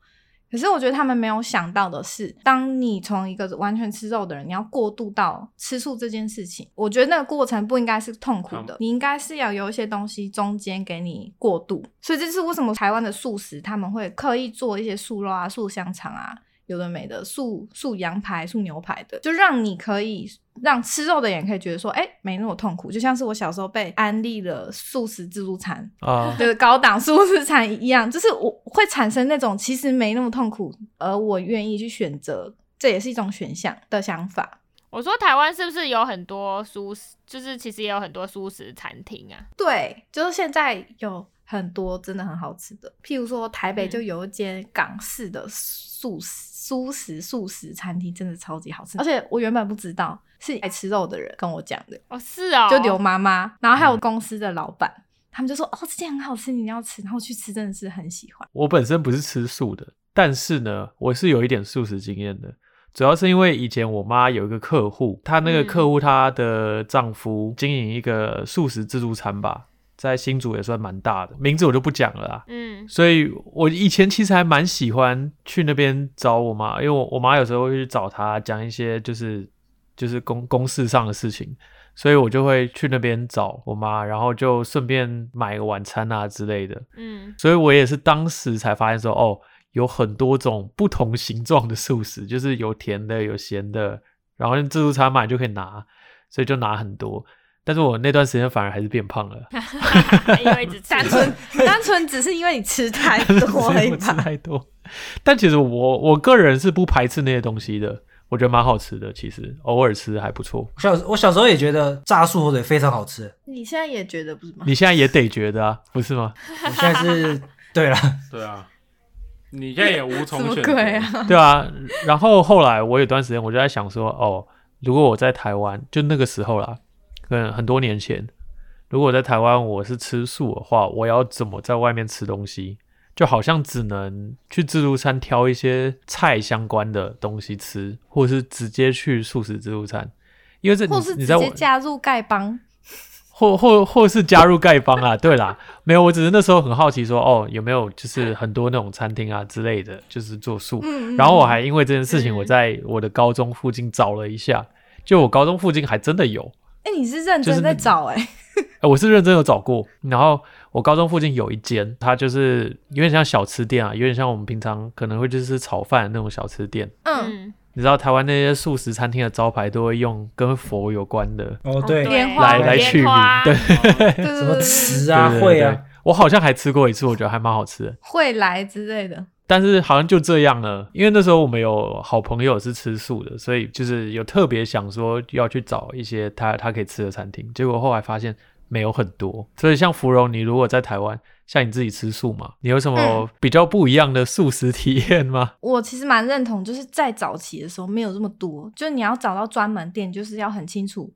[SPEAKER 2] 可是我觉得他们没有想到的是，当你从一个完全吃肉的人，你要过渡到吃素这件事情，我觉得那个过程不应该是痛苦的
[SPEAKER 4] 嗯，
[SPEAKER 2] 你应该是要有一些东西中间给你过渡。所以这是为什么台湾的素食他们会刻意做一些素肉啊、素香肠啊，有的没的素素羊排、素牛排的，就让你可以让吃肉的人可以觉得说，哎、没那么痛苦。就像是我小时候被安利了素食自助餐，
[SPEAKER 5] 啊，
[SPEAKER 2] 就是高档素食餐一样，就是我会产生那种其实没那么痛苦，而我愿意去选择，这也是一种选项的想法。
[SPEAKER 3] 我说台湾是不是有很多素食，就是其实也有很多素食餐厅啊？
[SPEAKER 2] 对，就是现在有很多真的很好吃的，譬如说台北就有一间港式的素食。素食素食餐厅真的超级好吃，而且我原本不知道，是爱吃肉的人跟我讲的。
[SPEAKER 3] 哦，是哦，
[SPEAKER 2] 嗯就刘妈妈，然后还有公司的老板，他们就说哦，这件很好吃，你一定要吃。然后去吃，真的是很喜 欢。
[SPEAKER 5] 我本身不是吃素的，但是呢，我是有一点素食经验的。主要是因为以前我妈有一个客户，她那个客户她的丈夫经营一个素食自助餐吧，在新竹也算蛮大的，名字我就不讲了啊。
[SPEAKER 3] 嗯，
[SPEAKER 5] 所以我以前其实还蛮喜欢去那边找我妈，因为我我妈有时候会去找她讲一些就是就是公公事上的事情，所以我就会去那边找我妈，然后就顺便买个晚餐啊之类的。
[SPEAKER 3] 嗯，
[SPEAKER 5] 所以我也是当时才发现说，哦，有很多种不同形状的素食， 就是有甜的，有咸的，然后用自助餐买就可以拿，所以就拿很多。但是我那段时间反而还是变胖了，
[SPEAKER 3] 因为一直吃
[SPEAKER 2] 单纯单纯只 是因为你吃太多
[SPEAKER 5] 所
[SPEAKER 2] 而
[SPEAKER 5] 以
[SPEAKER 2] 已
[SPEAKER 5] 我吃
[SPEAKER 2] 吧？
[SPEAKER 5] 太多。但其实我我个人是不排斥那些东西的，我觉得蛮好吃的，其实偶尔吃还不错。
[SPEAKER 6] 小我小时候也觉得炸素火腿非常好吃，
[SPEAKER 2] 你现在也觉得不是吗？
[SPEAKER 5] 你现在也得觉得啊，不是吗？
[SPEAKER 6] 我现在 是对了，
[SPEAKER 4] 对啊，你现在也 无
[SPEAKER 2] 什
[SPEAKER 4] 从
[SPEAKER 2] 么
[SPEAKER 4] 选择。
[SPEAKER 2] 鬼 啊？
[SPEAKER 5] 对啊，然后后来我有段时间我就在想说，哦，如果我在台湾，就那个时候啦，可能很多年前，如果我在台湾我是吃素的话，我要怎么在外面吃东西？就好像只能去自助餐挑一些菜相关的东西吃，或者是直接去素食自助餐，因为这
[SPEAKER 2] 或
[SPEAKER 5] 你
[SPEAKER 2] 是直
[SPEAKER 5] 你在我
[SPEAKER 2] 接加入丐帮？
[SPEAKER 5] 或或或是加入丐帮啊， 对啦，没有，我只是那时候很好奇说，哦，有没有就是很多那种餐厅啊之类的，就是做素。
[SPEAKER 2] 嗯，嗯
[SPEAKER 5] 然后我还因为这件事情，
[SPEAKER 3] 嗯
[SPEAKER 5] 我在我的高中附近找了一下，就我高中附近还真的有，
[SPEAKER 2] 哎、你是认
[SPEAKER 5] 就是
[SPEAKER 2] 真
[SPEAKER 5] 那
[SPEAKER 2] 在
[SPEAKER 5] 个
[SPEAKER 2] 找哎、
[SPEAKER 5] 呃我是认真有找过。然后我高中附近有一间，它就是有点像小吃店啊，有点像我们平常可能会就是吃炒饭那种小吃店。
[SPEAKER 2] 嗯，
[SPEAKER 3] 嗯，
[SPEAKER 5] 你知道台湾那些素食餐厅的招牌都会用跟佛有关的，
[SPEAKER 6] 哦
[SPEAKER 3] 对，
[SPEAKER 6] 对，
[SPEAKER 2] 莲花
[SPEAKER 5] 来来去
[SPEAKER 3] 莲花啊
[SPEAKER 5] 对
[SPEAKER 2] 对对
[SPEAKER 6] 什么
[SPEAKER 2] 对对
[SPEAKER 6] 词啊
[SPEAKER 5] 对
[SPEAKER 6] 会。
[SPEAKER 5] 对对
[SPEAKER 6] 啊，
[SPEAKER 5] 我好像还吃过一次，我觉得还蛮好吃的。
[SPEAKER 2] 会来之类的。
[SPEAKER 5] 但是好像就这样了，因为那时候我们有好朋友是吃素的，所以就是有特别想说要去找一些他他可以吃的餐厅，结果后来发现没有很多。所以像芙蓉，你如果在台湾，像你自己吃素嘛，你有什么
[SPEAKER 2] 嗯
[SPEAKER 5] 比较不一样的素食体验 吗？
[SPEAKER 2] 我其实蛮认同，就是在早期的时候没有这么多，就是你要找到专门店，就是要很清楚，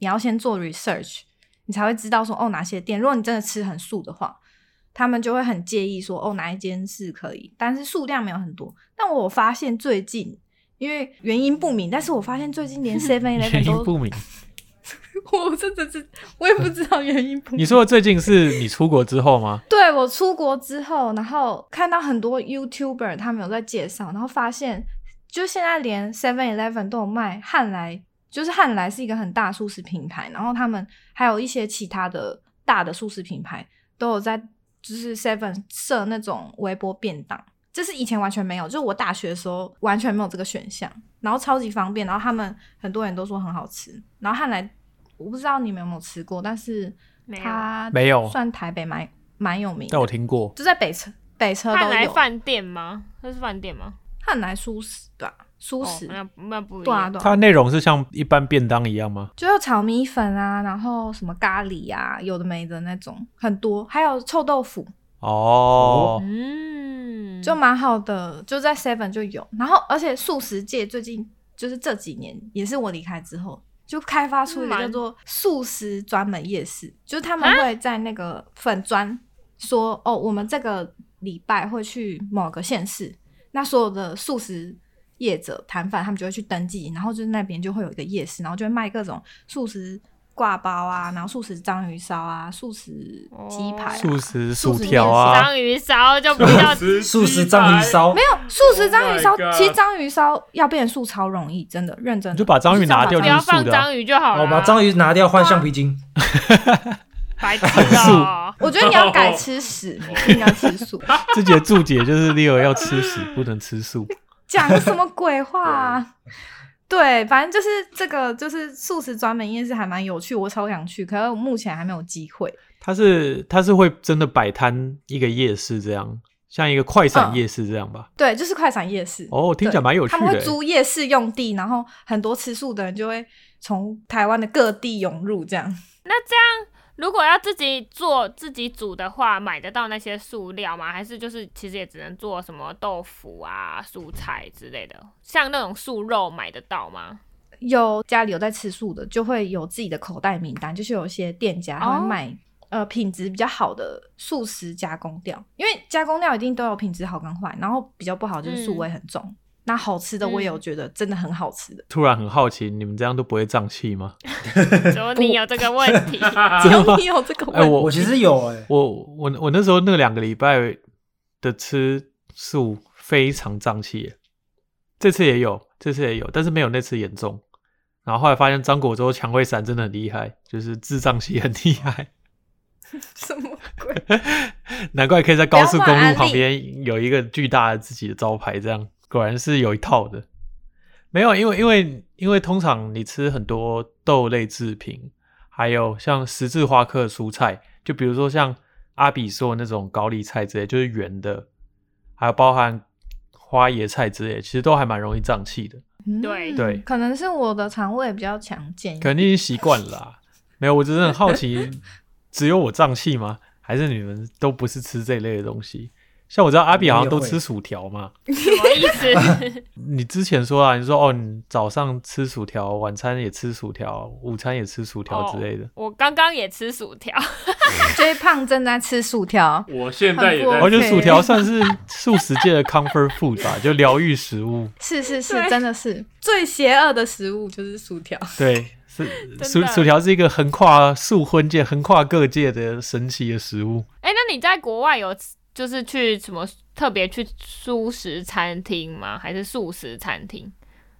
[SPEAKER 2] 你要先做 research，你才会知道说哦哪些店。如果你真的吃很素的话，他们就会很介意说哦哪一间是可以，但是数量没有很多。但我发现最近因为原因不明，但是我发现最近连 Seven
[SPEAKER 5] 原
[SPEAKER 2] Eleven
[SPEAKER 5] 因
[SPEAKER 2] 哎都，
[SPEAKER 5] 不明。
[SPEAKER 2] 我真的是我也不知道原因不明。
[SPEAKER 5] 你说的最近是你出国之后吗？
[SPEAKER 2] 对我出国之后，然后看到很多 YouTuber 他们有在介绍，然后发现，就现在连 Seven Eleven 都有卖汉来，就是汉来是一个很大的素食品牌，然后他们还有一些其他的大的素食品牌都有在就是 Seven 设那种微波便当，这是以前完全没有，就是我大学的时候完全没有这个选项，然后超级方便，然后他们很多人都说很好吃，然后汉来我不知道你们有没有吃过，但是
[SPEAKER 3] 没有
[SPEAKER 2] 它
[SPEAKER 5] 没有
[SPEAKER 2] 算台北蛮蛮有名的，
[SPEAKER 5] 但我听过，
[SPEAKER 2] 就在北车北车
[SPEAKER 3] 汉
[SPEAKER 2] 都
[SPEAKER 3] 来
[SPEAKER 2] 有
[SPEAKER 3] 饭店吗？那是饭店吗？
[SPEAKER 2] 汉来素食对吧、素
[SPEAKER 3] 哦
[SPEAKER 2] 食、，
[SPEAKER 3] 那那不一
[SPEAKER 2] 对啊
[SPEAKER 3] 样。
[SPEAKER 2] 对
[SPEAKER 5] 它
[SPEAKER 2] 啊，
[SPEAKER 5] 内容是像一般便当一样吗？
[SPEAKER 2] 就有炒米粉啊，然后什么咖喱啊，有的没的那种很多，还有臭豆腐，
[SPEAKER 5] 哦，
[SPEAKER 3] 嗯，
[SPEAKER 2] 啊就蛮好的，就在 Seven 就有。然后而且素食界最近就是这几年，也是我离开之后。就开发出一个
[SPEAKER 3] 蛮
[SPEAKER 2] 叫做素食专门夜市，就是他们会在那个粉砖说，哦，我们这个礼拜会去某个县市，那所有的素食业者摊贩，他们就会去登记，然后就是那边就会有一个夜市，然后就会卖各种素食挂包啊，然后素食章鱼烧啊，素食鸡排、啊、
[SPEAKER 5] 素食
[SPEAKER 2] 素
[SPEAKER 5] 薯
[SPEAKER 2] 食
[SPEAKER 5] 条啊，
[SPEAKER 3] 章鱼烧就比 较
[SPEAKER 4] 啊
[SPEAKER 6] 素食章鱼，烧
[SPEAKER 2] 没有素食章鱼烧
[SPEAKER 4] Oh my god
[SPEAKER 2] 其实章鱼烧要变成素超容易，真的认真的。
[SPEAKER 5] 你就把章鱼拿掉
[SPEAKER 2] 就是
[SPEAKER 3] 不
[SPEAKER 2] 这样
[SPEAKER 3] 要
[SPEAKER 2] 把
[SPEAKER 3] 放章鱼就好
[SPEAKER 2] 啊
[SPEAKER 3] 了。
[SPEAKER 6] 我哦把章鱼拿掉换橡皮筋，
[SPEAKER 3] 白痴哦，
[SPEAKER 2] 我觉得你要改吃 屎，你不应该吃素。
[SPEAKER 5] 自己的注解就是 Leo 要吃屎，不能吃素。
[SPEAKER 2] 讲什么鬼话、 啊？对，反正就是这个，就是素食专门夜市还蛮有趣，我超想去，可是我目前还没有机会。
[SPEAKER 5] 它是它是会真的摆摊一个夜市这样，像一个快闪夜市这样吧？
[SPEAKER 2] 对，就是快闪夜市。
[SPEAKER 5] 哦，听起来蛮有趣
[SPEAKER 2] 嗯他们会
[SPEAKER 5] 的欸。
[SPEAKER 2] 租夜市用地，然后很多吃素的人就会从台湾的各地涌入，这样。
[SPEAKER 3] 如果要自己做自己煮的话，买得到那些塑料吗？还是就是其实也只能做什么豆腐啊、蔬菜之类的，像那种素肉买得到吗？
[SPEAKER 2] 有家里有在吃素的，就会有自己的口袋名单，就是有一些店家他
[SPEAKER 3] 哦
[SPEAKER 2] 会卖呃品质比较好的素食加工料，因为加工料一定都有品质好跟坏，然后比较不好就是素味很重。那好吃的我也有觉得真的很好吃的，
[SPEAKER 5] 突然很好奇，你们这样都不会胀气吗？
[SPEAKER 3] 只有你有这个问题，
[SPEAKER 5] 真的吗
[SPEAKER 2] 你有这 个
[SPEAKER 5] 哎，
[SPEAKER 2] 问题？
[SPEAKER 5] 我
[SPEAKER 6] 我其实有哎、
[SPEAKER 5] 我我我那时候那两个礼拜的吃素非常胀气耶，这次也有，这次也有，但是没有那次严重。然后后来发现张果洲蔷薇散真的很厉害，就是治胀气很厉害，
[SPEAKER 2] 什么 鬼？
[SPEAKER 5] 难怪可以在高速公
[SPEAKER 2] 不要乱安
[SPEAKER 5] 路
[SPEAKER 2] 利
[SPEAKER 5] 旁边有一个巨大的自己的招牌，这样果然是有一套的。没有，因为因为因为通常你吃很多豆类制品，还有像十字花科的蔬菜，就比如说像阿比说那种高丽菜之类，就是圆的，还有包含花椰菜之类，其实都还蛮容易胀气的。
[SPEAKER 2] 嗯
[SPEAKER 3] 对
[SPEAKER 5] 对
[SPEAKER 2] 可能是我的肠胃比较强健。
[SPEAKER 5] 可能 你已经习惯了啦。没有，我只是很好奇，只有我胀气吗？还是你们都不是吃这一类的东西？像我知道阿比好像都吃薯条嘛。
[SPEAKER 3] 什么意思？
[SPEAKER 5] 你之前说啊，你说哦，你早上吃薯条，晚餐也吃薯条，午餐也吃薯
[SPEAKER 3] 哦
[SPEAKER 5] 条之类的。
[SPEAKER 3] 我刚刚也吃薯条，
[SPEAKER 2] 追胖正在吃薯条，
[SPEAKER 4] 我现在也在
[SPEAKER 5] 我
[SPEAKER 2] 很过
[SPEAKER 5] 觉
[SPEAKER 2] 分
[SPEAKER 5] 得哦薯条算是素食界的 comfort food 吧，就疗愈食物。
[SPEAKER 2] 是是是，
[SPEAKER 3] 对
[SPEAKER 2] 真的是最邪恶的食物就是 薯条。
[SPEAKER 5] 对，是
[SPEAKER 3] 的
[SPEAKER 5] 薯薯条是一个横跨素荤界、横跨各界的神奇的食物。
[SPEAKER 3] 哎、那你在国外有就是去什么特别去素食餐厅吗？还是素食餐厅？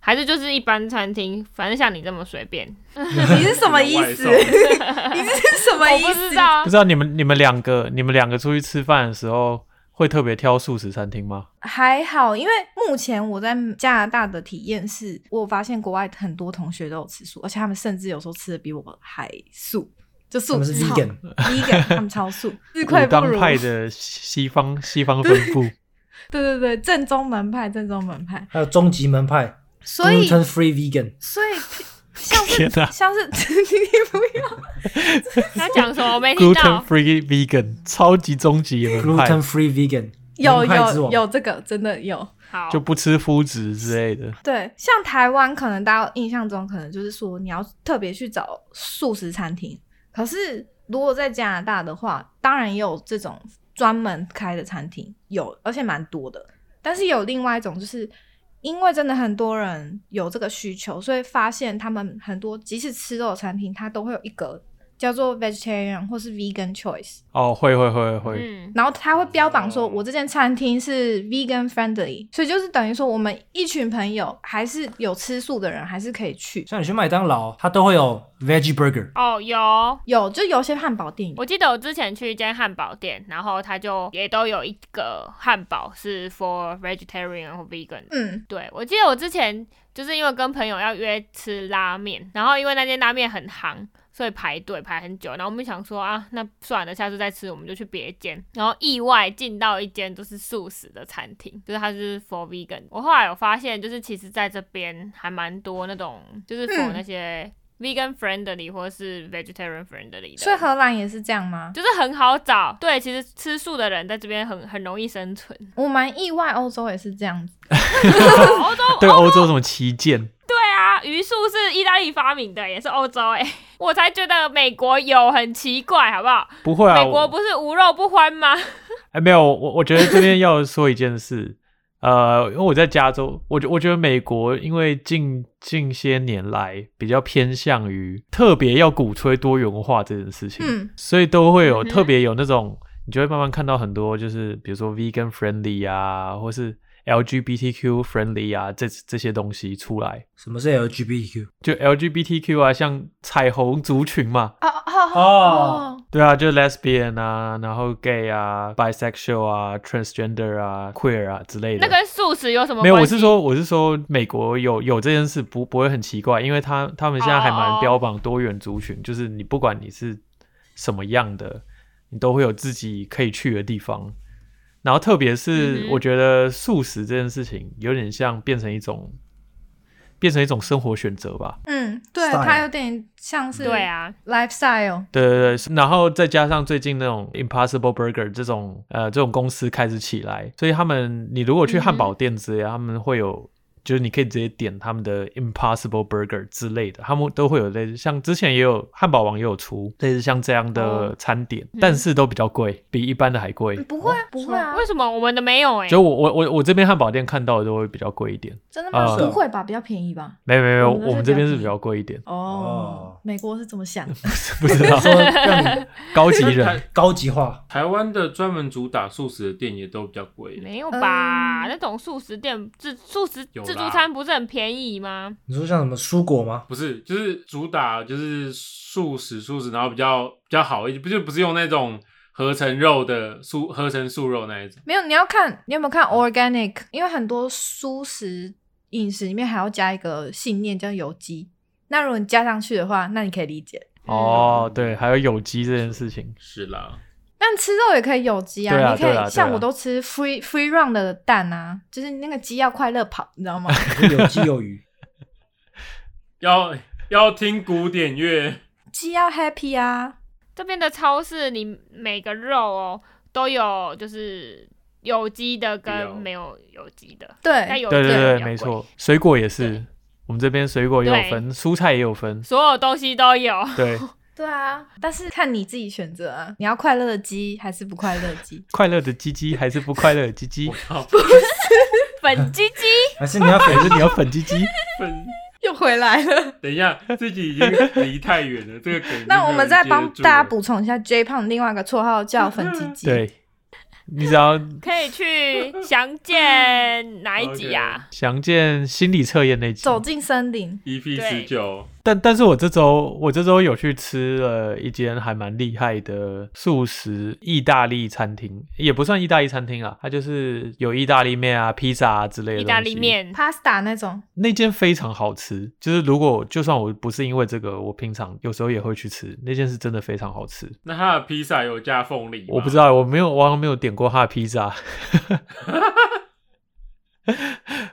[SPEAKER 3] 还是就是一般餐厅？反正像你这么随便，
[SPEAKER 2] 你是什么意
[SPEAKER 4] 外
[SPEAKER 2] 思？
[SPEAKER 4] 送
[SPEAKER 2] 你是什么
[SPEAKER 3] 我
[SPEAKER 2] 意
[SPEAKER 3] 不
[SPEAKER 2] 思
[SPEAKER 3] 知？道啊
[SPEAKER 5] 不。知道你们你们两个你们两个出去吃饭的时候会特别挑素食餐厅吗？
[SPEAKER 2] 还好，因为目前我在加拿大的体验是，我发现国外很多同学都有吃素，而且他们甚至有时候吃的比我还素，就
[SPEAKER 6] 他
[SPEAKER 2] 素
[SPEAKER 6] 们是
[SPEAKER 2] 超
[SPEAKER 6] vegan，
[SPEAKER 2] vegan，他们超 素，自愧
[SPEAKER 5] 武
[SPEAKER 2] 不
[SPEAKER 5] 当
[SPEAKER 2] 如。
[SPEAKER 5] 派的西方西方分 部，
[SPEAKER 2] 对对对，正宗门派，正宗门派。
[SPEAKER 6] 还有终极门派
[SPEAKER 2] 所以，
[SPEAKER 6] ，gluten free vegan，
[SPEAKER 2] 所以 像是
[SPEAKER 5] 天哪
[SPEAKER 3] 哎
[SPEAKER 2] 像是 你不要。
[SPEAKER 3] 他讲什么？我没听到
[SPEAKER 5] gluten。free vegan 超级终极门派
[SPEAKER 6] gluten，free vegan，
[SPEAKER 2] 有
[SPEAKER 6] 门派之
[SPEAKER 2] 有
[SPEAKER 6] 王
[SPEAKER 2] 有这个真的有，
[SPEAKER 3] 好，
[SPEAKER 5] 就不吃麸质之类的。
[SPEAKER 2] 对，像台湾可能大家印象中可能就是说你要特别去找素食餐厅，可是如果在加拿大的话，当然也有这种专门开的餐厅，有而且蛮多的，但是有另外一种就是。因为真的很多人有这个需求，所以发现他们很多即使吃肉的餐厅，它都会有一格叫做 vegetarian 或是 vegan choice，
[SPEAKER 5] 哦，会会会会，
[SPEAKER 3] 嗯，
[SPEAKER 2] 然后他会标榜说，
[SPEAKER 4] 哦
[SPEAKER 2] 我这间餐厅是 vegan friendly，所以就是等于说，我们一群朋友还是有吃素的人，还是可以去。
[SPEAKER 6] 像你去麦当劳，它都会有 veggie burger，
[SPEAKER 3] 哦，有，
[SPEAKER 2] 有，就有些汉堡店有
[SPEAKER 3] 我记得我之前去一间汉堡店，然后他就也都有一个汉堡是 for vegetarian 或 vegan 的。
[SPEAKER 2] 嗯，
[SPEAKER 3] 对，我记得我之前就是因为跟朋友要约吃拉面，然后因为那间拉面很行，所以排队排很久。然后我们想说啊，那算了，下次再吃，我们就去别间。然后意外进到一间就是素食的餐厅，就是它是 for vegan。我后来有发现，就是其实在这边还蛮多那种就是 for
[SPEAKER 2] 嗯
[SPEAKER 3] 那些 vegan friendly 或是 vegetarian friendly 的，
[SPEAKER 2] 所以荷兰也是这样吗？
[SPEAKER 3] 就是很好找。对，其实吃素的人在这边很很容易生存。
[SPEAKER 2] 我蛮意外，欧洲也是这样子。
[SPEAKER 3] 欧洲
[SPEAKER 5] 对欧洲什么旗舰，
[SPEAKER 3] 对啊，榆树是意大利发明的，也是欧洲哎、 我才觉得美国有很奇怪，好不好？
[SPEAKER 5] 不会啊，
[SPEAKER 3] 美国
[SPEAKER 5] 我
[SPEAKER 3] 不是无肉不欢吗？
[SPEAKER 5] 哎没有，我我觉得这边要说一件事。呃，因为我在加州，我觉我觉得美国因为近近些年来比较偏向于特别要鼓吹多元文化这件事情，
[SPEAKER 2] 嗯
[SPEAKER 5] 所以都会有
[SPEAKER 3] 嗯哼
[SPEAKER 5] 特别有那种，你就会慢慢看到很多，就是比如说 vegan friendly 啊，或是 LGBTQ friendly 啊，这这些东西出来。
[SPEAKER 6] 什么是 LGBTQ？
[SPEAKER 5] 就 LGBTQ 啊，像彩虹族群嘛，
[SPEAKER 2] 哦哦
[SPEAKER 6] 哦，
[SPEAKER 5] 对啊，就 lesbian 啊，然后 gay 啊，bisexual 啊，transgender 啊，queer 啊之类的。
[SPEAKER 3] 那跟素食有什么关系？
[SPEAKER 5] 没有，我是说，我是说，美国有有这件事不不会很奇怪，因为他他们现在还
[SPEAKER 3] 哦哦
[SPEAKER 5] 蛮
[SPEAKER 3] 哦
[SPEAKER 5] 标榜多元族群就是你不管你是什么样的，你都会有自己可以去的地方。然后特别
[SPEAKER 3] 嗯
[SPEAKER 5] 是
[SPEAKER 3] 哼
[SPEAKER 5] 我觉得素食这件事情有点像变成一种变成一种生活选择吧，
[SPEAKER 2] 嗯，对，
[SPEAKER 6] Style
[SPEAKER 2] 它有点像是
[SPEAKER 3] 对啊，
[SPEAKER 2] lifestyle，
[SPEAKER 5] 对对对，然后再加上最近那种 Impossible Burger 这种呃这种公司开始起来，所以他们你如果去汉堡店之类，他们会有就是你可以直接点他们的 Impossible Burger 之类的，他们都会有类似，像之前也有汉堡王也有出类似像这样的
[SPEAKER 3] 哦
[SPEAKER 5] 餐点，但是都比较贵，比一般的还贵。
[SPEAKER 2] 不会啊，不会啊
[SPEAKER 3] 为，什么我们的没有哎、
[SPEAKER 5] 就我我我我这边汉堡店看到的都会比较贵一点，
[SPEAKER 2] 真的吗？
[SPEAKER 5] 呃
[SPEAKER 2] 不会吧，比较便宜吧？
[SPEAKER 5] 没有没有没有，
[SPEAKER 2] 我们都
[SPEAKER 5] 我们
[SPEAKER 2] 是
[SPEAKER 5] 这边
[SPEAKER 2] 比
[SPEAKER 5] 是
[SPEAKER 2] 较
[SPEAKER 5] 比较贵一点，
[SPEAKER 2] 哦
[SPEAKER 6] 哦，
[SPEAKER 2] 美国是怎么想的？
[SPEAKER 5] 不知 道
[SPEAKER 6] 说让你
[SPEAKER 5] 高级 人
[SPEAKER 4] 台
[SPEAKER 6] 高级化，
[SPEAKER 4] 台湾的专门主打素食的店也都比较贵，
[SPEAKER 3] 没有
[SPEAKER 2] 嗯
[SPEAKER 3] 吧？那种素食店自素食
[SPEAKER 4] 有啦
[SPEAKER 3] 自助餐不是很便宜吗？
[SPEAKER 6] 你说像什么蔬果吗？
[SPEAKER 4] 不是就是主打就是素食素食，然后比较比较好一点，不就不是用那种合成肉的素合成素肉那一种。
[SPEAKER 2] 没有，你要看你有
[SPEAKER 5] 嗯
[SPEAKER 2] 没有看 organic，因为很多素食饮食里面还要加一个信念叫有机。那如果你加上去的话，那你可以理解。
[SPEAKER 5] 哦，对，还有有机这件事情，
[SPEAKER 4] 是啦，
[SPEAKER 2] 但吃肉也可以有机啊，
[SPEAKER 5] 对啊
[SPEAKER 2] 你可以、
[SPEAKER 5] 对啊对啊
[SPEAKER 2] 像我都吃 free free run 的蛋啊，就是那个鸡要快乐跑，你知 道吗？
[SPEAKER 6] 可是有鸡 有鱼，
[SPEAKER 4] 要要听古典乐，
[SPEAKER 2] 鸡要 happy 啊，
[SPEAKER 3] 这边的超市里每个肉哦都有，就是有机的
[SPEAKER 4] 有
[SPEAKER 3] 跟没有有机的。那
[SPEAKER 2] 对，
[SPEAKER 3] 有机
[SPEAKER 5] 对
[SPEAKER 3] 的
[SPEAKER 5] 对
[SPEAKER 3] 比较
[SPEAKER 5] 对，
[SPEAKER 3] 贵
[SPEAKER 5] 没。错，水果也是
[SPEAKER 3] 对，
[SPEAKER 5] 我们这边水果也有
[SPEAKER 3] 对
[SPEAKER 5] 分，蔬菜也有 分，
[SPEAKER 3] 所有东西都有，
[SPEAKER 5] 对，？
[SPEAKER 2] 对啊，但是看你自己选择啊，你要快乐的鸡还是不快乐的鸡
[SPEAKER 5] 快乐的鸡鸡还是不快乐的鸡鸡
[SPEAKER 4] 我，靠，
[SPEAKER 3] 粉鸡鸡
[SPEAKER 6] 还是你要
[SPEAKER 5] 还
[SPEAKER 6] 粉
[SPEAKER 5] 是你要粉鸡 鸡？
[SPEAKER 4] 分
[SPEAKER 2] 又回来了。
[SPEAKER 4] 等一下，自己已经离太远了，这个梗。
[SPEAKER 2] 那我们再帮大家，补充一下，J 胖另外一个绰号叫粉鸡鸡。
[SPEAKER 5] 对，你只要
[SPEAKER 3] 可以去详见哪一集 啊？
[SPEAKER 5] 详见心理测验那集。
[SPEAKER 2] 走进森林，
[SPEAKER 4] EP E 十九，
[SPEAKER 5] 但但是我这周我这周有去吃了一间还蛮厉害的素食意大利餐厅，也不算意大利餐厅啊，它就是有意大利面啊、披萨啊之类的。
[SPEAKER 3] 意大利。面
[SPEAKER 2] pasta 那种，
[SPEAKER 5] 那间非常好吃，就是如果就算我不是因为这个，我平常有时候也会去吃，那间是真的非常好吃。
[SPEAKER 4] 那他的披萨有加凤梨吗？
[SPEAKER 5] 我不知道，我没有，我好像没有点过他的披萨。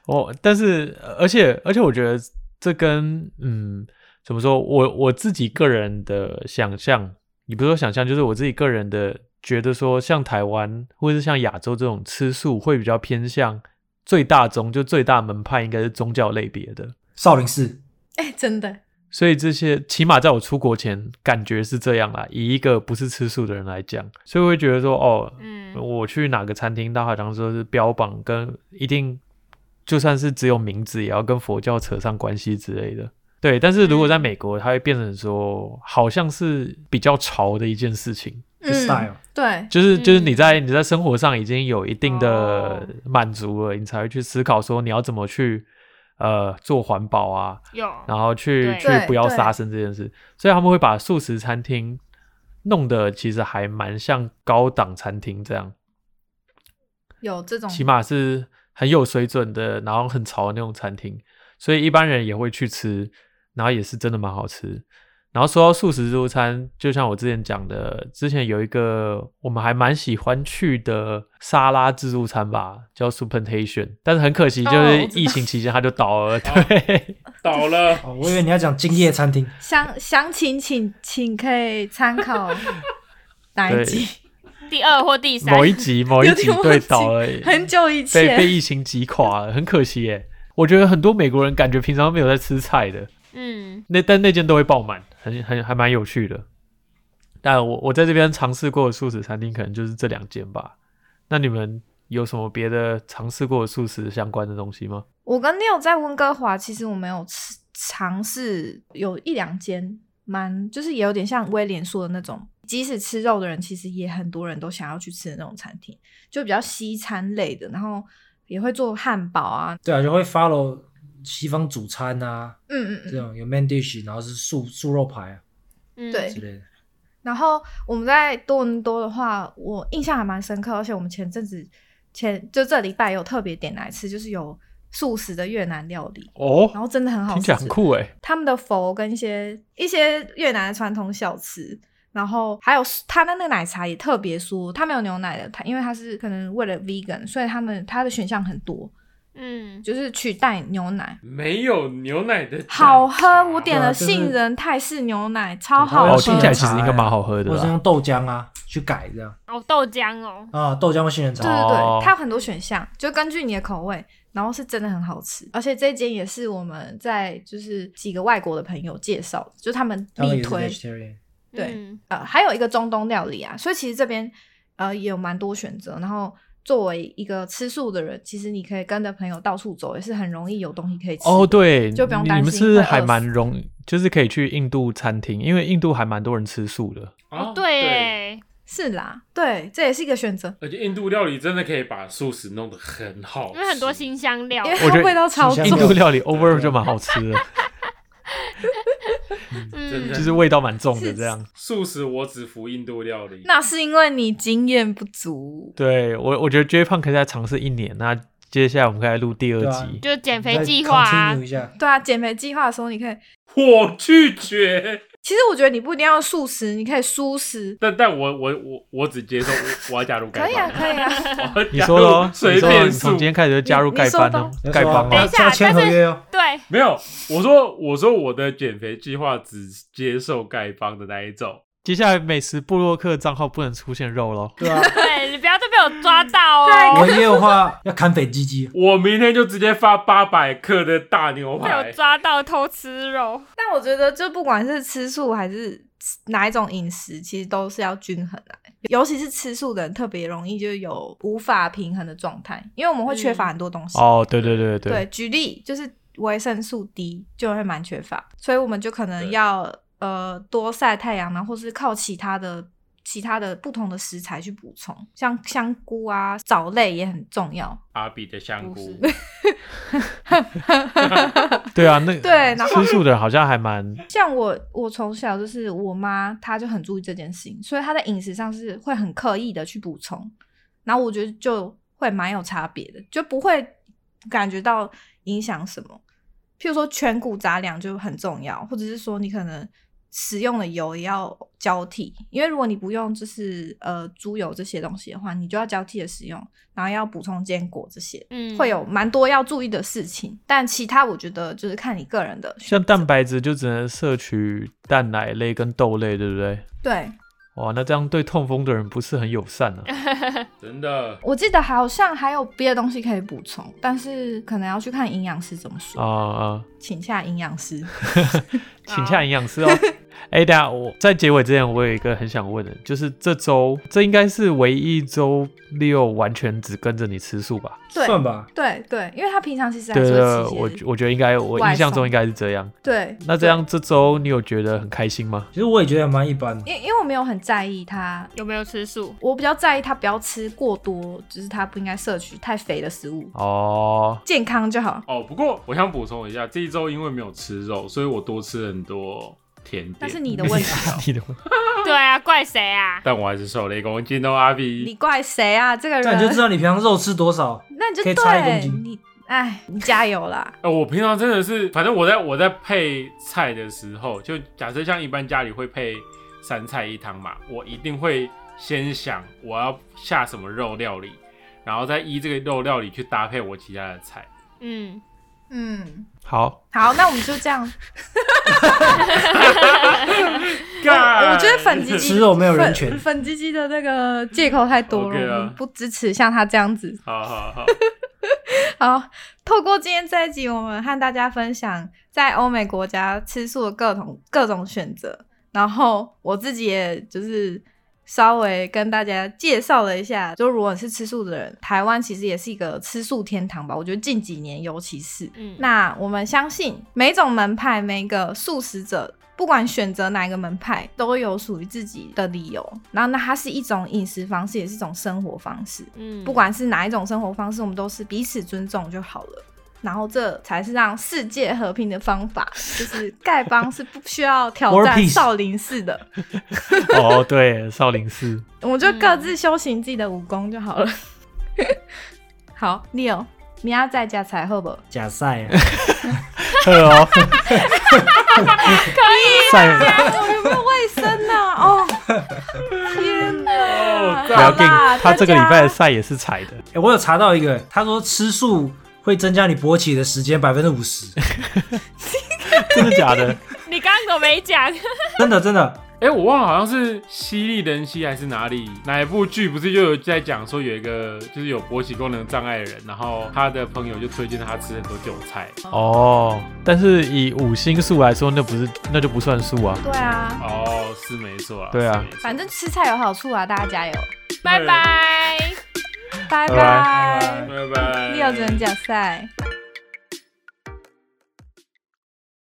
[SPEAKER 5] 我但是，呃而且而且，我觉得这跟嗯，怎么说？我我自己个人的想象，你不是说想象，就是我自己个人的觉得说，像台湾或是像亚洲这种吃素，会比较偏向最大宗，就最大门派应该是宗教类别的。
[SPEAKER 6] 少林寺，
[SPEAKER 2] 哎、真的，
[SPEAKER 5] 所以这些起码在我出国前，感觉是这样啦。以一个不是吃素的人来讲，所以我会觉得说，哦，
[SPEAKER 3] 嗯
[SPEAKER 5] 我去哪个餐厅，它好像说是标榜跟一定，就算是只有名字，也要跟佛教扯上关系之类的。对，但是如
[SPEAKER 3] 嗯
[SPEAKER 5] 果在美国，它会变成说，好像是比较潮的一件事情，
[SPEAKER 6] 就 style，
[SPEAKER 2] 嗯对，
[SPEAKER 5] 就是就是你
[SPEAKER 3] 嗯
[SPEAKER 5] 在你在生活上已经有一定的
[SPEAKER 3] 哦
[SPEAKER 5] 满足了，你才会去思考说你要怎么去呃做环保啊，
[SPEAKER 3] 有，
[SPEAKER 5] 然后去
[SPEAKER 3] 对
[SPEAKER 5] 去不要杀生这件事，所以他们会把素食餐厅弄得其实还蛮像高档餐厅这样，
[SPEAKER 2] 有这种
[SPEAKER 5] 起码是很有水准的，然后很潮的那种餐厅，所以一般人也会去吃，然后也是真的蛮好吃。然后说到素食自助餐，就像我之前讲的，之前有一个我们还蛮喜欢去的沙拉自助餐吧，叫 Supertation，但是很可惜，就
[SPEAKER 3] 哦
[SPEAKER 5] 是
[SPEAKER 3] 我知道
[SPEAKER 5] 疫情期间它就倒了。对，
[SPEAKER 4] 倒了，
[SPEAKER 6] 哦，我以为你要讲敬业餐厅，
[SPEAKER 2] 详详情请请可以参 考哪一集？
[SPEAKER 3] 第二或第三
[SPEAKER 5] 某一集某一集
[SPEAKER 2] 有点忘
[SPEAKER 5] 对
[SPEAKER 2] 记
[SPEAKER 5] 倒了，
[SPEAKER 2] 很久以
[SPEAKER 5] 被被
[SPEAKER 2] 前，
[SPEAKER 5] 疫情击垮了，很可惜耶。我觉得很多美国人感觉平常没有在吃菜的，
[SPEAKER 3] 嗯，
[SPEAKER 5] 那但那间都会爆满，很很还蛮有趣的。但我我在这边尝试过的素食餐厅可能就是这两间吧。那你们有什么别的尝试过的素食相关的东西吗？
[SPEAKER 2] 我跟 Neil 在温哥华，其实我们有吃尝试有一两间，蛮就是也有点像威廉说的那种，即使吃肉的人，其实也很多人都想要去吃的那种餐厅，就比较西餐类的，然后也会做汉堡啊，
[SPEAKER 6] 对啊，就会 follow 西方主餐啊，
[SPEAKER 2] 嗯嗯嗯
[SPEAKER 6] 这，种有 main dish，然后是素素肉排啊
[SPEAKER 3] 嗯
[SPEAKER 2] 对
[SPEAKER 6] 之类的。
[SPEAKER 2] 然后我们在多伦多的话，我印象还蛮深刻，而且我们前阵子前就这礼拜有特别点来吃，就是有素食的越南料理，然
[SPEAKER 5] 哦，
[SPEAKER 2] 后真的很欸好
[SPEAKER 5] 听起
[SPEAKER 2] 吃
[SPEAKER 5] 来，很酷哎。
[SPEAKER 2] 他们的佛跟一些一些越南的传统小吃。然后还有他的那个奶茶也特别说，他没有牛奶的，他因为他是可能为了 vegan，所以他们他的选项很多。
[SPEAKER 3] 嗯，
[SPEAKER 2] 就是取代牛奶。
[SPEAKER 4] 没有牛奶的
[SPEAKER 2] 好喝，
[SPEAKER 4] 奶茶
[SPEAKER 2] 我点了
[SPEAKER 6] 啊对啊就是
[SPEAKER 2] 杏仁泰式牛奶，超
[SPEAKER 6] 对它会
[SPEAKER 2] 好啊
[SPEAKER 5] 哦，
[SPEAKER 2] 喝。
[SPEAKER 5] 听起来其实应该蛮好喝的
[SPEAKER 6] 我是
[SPEAKER 5] 啦。
[SPEAKER 6] 用豆浆啊去改这样
[SPEAKER 3] 哦，豆浆哦，
[SPEAKER 6] 啊，豆浆或杏仁
[SPEAKER 2] 对
[SPEAKER 6] 茶。
[SPEAKER 2] 对
[SPEAKER 5] 哦
[SPEAKER 2] 对，它有很多选项，就根据你的口味，然后是真的很好吃。而且这间也是我们在就是几个外国的朋友介绍的，就他们
[SPEAKER 6] 他们
[SPEAKER 2] 力
[SPEAKER 6] 也是
[SPEAKER 2] 推，
[SPEAKER 6] vegetarian，
[SPEAKER 2] 对
[SPEAKER 3] 嗯
[SPEAKER 2] 呃，还有一个中东料理啊，所以其实这边呃也有蛮多选择。然后作为一个吃素的人，其实你可以跟着朋友到处走，也是很容易有东西可以吃。
[SPEAKER 5] 哦，，对，
[SPEAKER 2] 就不用
[SPEAKER 5] 你
[SPEAKER 2] 担
[SPEAKER 5] 你们
[SPEAKER 2] 心
[SPEAKER 5] 是不
[SPEAKER 2] 会
[SPEAKER 5] 是
[SPEAKER 2] 饿
[SPEAKER 5] 还蛮
[SPEAKER 2] 死
[SPEAKER 5] 容易，就是可以去印度餐厅，因为印度还蛮多人吃素的。
[SPEAKER 4] 啊
[SPEAKER 3] 哦，对耶，
[SPEAKER 2] 是啦，对，这也是一个选择，
[SPEAKER 4] 而且印度料理真的可以把素食弄得很好吃，
[SPEAKER 3] 因为很多新香料
[SPEAKER 2] 因为，
[SPEAKER 5] 我觉
[SPEAKER 2] 它
[SPEAKER 5] 得
[SPEAKER 2] 味道超
[SPEAKER 6] 新
[SPEAKER 2] 重
[SPEAKER 5] 印。
[SPEAKER 6] 香料
[SPEAKER 5] 度料理 over 就蛮好吃 的，
[SPEAKER 4] 真
[SPEAKER 3] 嗯
[SPEAKER 4] 的
[SPEAKER 5] 就是味道蛮重的
[SPEAKER 2] 是
[SPEAKER 5] 这样。
[SPEAKER 4] 素食，我只服印度料理。
[SPEAKER 2] 那是因为你经验不足。
[SPEAKER 5] 对我，我觉得 J 胖可以再尝试一年。那接下来我们可以来录第二
[SPEAKER 6] 对啊
[SPEAKER 5] 集。
[SPEAKER 3] 就减
[SPEAKER 6] 你
[SPEAKER 3] 肥
[SPEAKER 6] 再
[SPEAKER 3] 计划啊
[SPEAKER 6] continue，一下，
[SPEAKER 2] 对啊，减肥计划的时候，你可以，
[SPEAKER 4] 我拒绝，
[SPEAKER 2] 其实我觉得你不一定要素食，你可以素食，
[SPEAKER 4] 但但我我我我只接受我我要加入
[SPEAKER 2] 可
[SPEAKER 4] 钙
[SPEAKER 2] 以啊，
[SPEAKER 4] 饭，
[SPEAKER 2] 可 以啊。
[SPEAKER 4] 我要
[SPEAKER 5] 你
[SPEAKER 4] 加
[SPEAKER 5] 说
[SPEAKER 4] 入
[SPEAKER 5] 咯，你
[SPEAKER 4] 随
[SPEAKER 5] 说咯你
[SPEAKER 4] 便
[SPEAKER 5] 从今。
[SPEAKER 4] 素
[SPEAKER 5] 天开始就加入
[SPEAKER 2] 你
[SPEAKER 5] 丐
[SPEAKER 2] 你说
[SPEAKER 5] 帮
[SPEAKER 2] 吧
[SPEAKER 5] 了，
[SPEAKER 6] 你要
[SPEAKER 5] 丐
[SPEAKER 6] 说
[SPEAKER 5] 帮
[SPEAKER 6] 啊
[SPEAKER 5] 了。
[SPEAKER 3] 等一下
[SPEAKER 6] 要签合
[SPEAKER 3] 但是
[SPEAKER 6] 约哦。
[SPEAKER 3] 对，
[SPEAKER 4] 没有，我说我说我的减肥计划只接受丐帮的那一种，
[SPEAKER 5] 接下来美食部落克账号不能出现肉咯。
[SPEAKER 6] 对啊，
[SPEAKER 3] 对你不要再被我抓到哦，
[SPEAKER 6] 我业的话要砍肥鸡鸡，哦
[SPEAKER 4] 我明天就直接发八百克的大牛
[SPEAKER 3] 被我
[SPEAKER 4] 排。
[SPEAKER 3] 抓到偷吃肉，
[SPEAKER 2] 但我觉得，就不管是吃素还是吃哪一种饮食，其实都是要均衡的、尤其是吃素的人，特别容易就有无法平衡的状态，因为我们会缺乏很多东西。
[SPEAKER 5] 哦，对对对对
[SPEAKER 2] 对，举例就是维生素 D 就会蛮缺乏，所以我们就可能要呃多晒太阳呢，或是靠其他的其他的不同的食材去补充，像香菇啊、藻类也很重要。
[SPEAKER 4] 阿比的香
[SPEAKER 3] 不是
[SPEAKER 4] 菇，
[SPEAKER 5] 对啊，那
[SPEAKER 2] 对然后
[SPEAKER 5] 吃素的人好像还蛮
[SPEAKER 2] 像我，我从小就是我妈，她就很注意这件事情，所以她在饮食上是会很刻意的去补充，然后我觉得就会蛮有差别的，就不会感觉到影响什么。譬如说全谷杂粮就很重要，或者是说你可能使用的油也要交替，因为如果你不用就是呃猪油这些东西的话，你就要交替的使用，然后要补充坚果这些，
[SPEAKER 3] 嗯，
[SPEAKER 2] 会有蛮多要注意的事情。但其他我觉得就是看你个人的选
[SPEAKER 5] 像
[SPEAKER 2] 择，
[SPEAKER 5] 蛋白质就只能摄取蛋奶类跟豆类，对不对？
[SPEAKER 2] 对。
[SPEAKER 5] 哇，那这样对痛风的人不是很友善啊。
[SPEAKER 4] 真的
[SPEAKER 2] 我记得好像还有别的东西可以补充，但是可能要去看营养师怎么说，
[SPEAKER 5] 啊啊，
[SPEAKER 2] 请下营养师。
[SPEAKER 5] 请下营养师哦。哎，等一下我在结尾之前，我有一个很想问的，就是这周这应该是唯一周六完全只跟着你吃素吧？
[SPEAKER 2] 对
[SPEAKER 6] 算吧。
[SPEAKER 2] 对对，啊因为他平常其实还
[SPEAKER 5] 对
[SPEAKER 2] 是
[SPEAKER 5] 对，
[SPEAKER 2] 会吃
[SPEAKER 5] 我
[SPEAKER 2] 一些
[SPEAKER 5] 我觉得应该，我
[SPEAKER 2] 外
[SPEAKER 5] 印象中
[SPEAKER 2] 送
[SPEAKER 5] 应该是这样。
[SPEAKER 2] 对。
[SPEAKER 5] 那这样这周你有觉得很开心吗？
[SPEAKER 6] 其实我也觉得蛮一般的，
[SPEAKER 2] 因因为我没有很在意他，
[SPEAKER 3] 有没有吃素？
[SPEAKER 2] 我比较在意他不要吃过多，就是他不应该摄取太肥的食物，
[SPEAKER 5] 哦，
[SPEAKER 2] 健康就好。
[SPEAKER 4] 哦。不过我想补充一下，这一周因为没有吃肉，所以我多吃很多甜
[SPEAKER 2] 那是
[SPEAKER 4] 点，
[SPEAKER 2] 你的 问题，
[SPEAKER 5] 你的问题
[SPEAKER 3] 对啊，怪谁啊？
[SPEAKER 4] 但我还是瘦了一公斤哦，阿
[SPEAKER 2] 你
[SPEAKER 4] 比。
[SPEAKER 2] 怪谁啊？这个
[SPEAKER 6] 这样你就知
[SPEAKER 2] 人，
[SPEAKER 6] 道你平常肉吃多少。
[SPEAKER 2] 那你就
[SPEAKER 6] 可以差一公
[SPEAKER 2] 对
[SPEAKER 6] 斤
[SPEAKER 2] 你，哎，你加油啦！
[SPEAKER 4] 呃，我平常真的是，反正我在我在配菜的时候，就假设像一般家里会配三菜一汤嘛，我一定会先想我要下什么肉料理，然后再依这个肉料理去搭配我其他的菜。
[SPEAKER 3] 嗯，
[SPEAKER 2] 嗯，
[SPEAKER 5] 好，
[SPEAKER 2] 好，那我们就这样。
[SPEAKER 4] 干
[SPEAKER 2] 我我觉得粉鸡鸡
[SPEAKER 6] 吃肉没有人权
[SPEAKER 2] 粉粉鸡鸡的那个借口太多了
[SPEAKER 4] OK 啊
[SPEAKER 2] 我们不支持像他这样子。
[SPEAKER 4] 好好 好，
[SPEAKER 2] 好，透过今天这一集，我们和大家分享在欧美国家吃素的各种各种选择，然后我自己也就是稍微跟大家介绍了一下，就如果你是吃素的人，台湾其实也是一个吃素天堂吧，我觉得近几年尤其是，
[SPEAKER 3] 嗯
[SPEAKER 2] 那我们相信每种门派、每个素食者，不管选择哪一个门派，都有属于自己的理由。然后，那它是一种饮食方式，也是一种生活方式。
[SPEAKER 3] 嗯，
[SPEAKER 2] 不管是哪一种生活方式，我们都是彼此尊重就好了。然后，这才是让世界和平的方 法。就是丐帮是不需要挑
[SPEAKER 6] War
[SPEAKER 2] 战
[SPEAKER 6] peace
[SPEAKER 2] 少林寺的，
[SPEAKER 5] 哦，对，少林寺，
[SPEAKER 2] 我们就各自修行自己的武功就好了。 好，Leo，你要再加菜好不好？
[SPEAKER 6] 假赛啊，
[SPEAKER 5] 呵哦，
[SPEAKER 2] 啊
[SPEAKER 5] 赛
[SPEAKER 2] 有没有哎卫生呢、哦，天
[SPEAKER 5] 不
[SPEAKER 2] 哪！
[SPEAKER 5] 要
[SPEAKER 4] 哦
[SPEAKER 2] 好啦啊
[SPEAKER 5] 定，他这个礼
[SPEAKER 2] 大家
[SPEAKER 5] 拜的赛也是踩的，
[SPEAKER 6] 哎、我有查到一个，他说吃素会增加你勃起的时间百分之五十，
[SPEAKER 5] 真的假的？
[SPEAKER 3] 你刚刚都没讲，
[SPEAKER 6] 真的真的。
[SPEAKER 4] 哎、我忘了，好像是《犀利人妻》还是哪里哪一部剧，不是就有在讲说有一个就是有勃起功能障碍的人，然后他的朋友就推荐他吃很多韭菜。
[SPEAKER 5] 哦，但是以五星数来说，那不是那就不算数啊。
[SPEAKER 2] 对啊，
[SPEAKER 4] 哦，是没错啊。
[SPEAKER 5] 对啊
[SPEAKER 4] 是没错，
[SPEAKER 2] 反正吃菜有好处啊，大家加油，
[SPEAKER 3] 拜拜。
[SPEAKER 5] 拜
[SPEAKER 2] 拜拜。
[SPEAKER 4] 拜拜。
[SPEAKER 2] 六人角赛，拜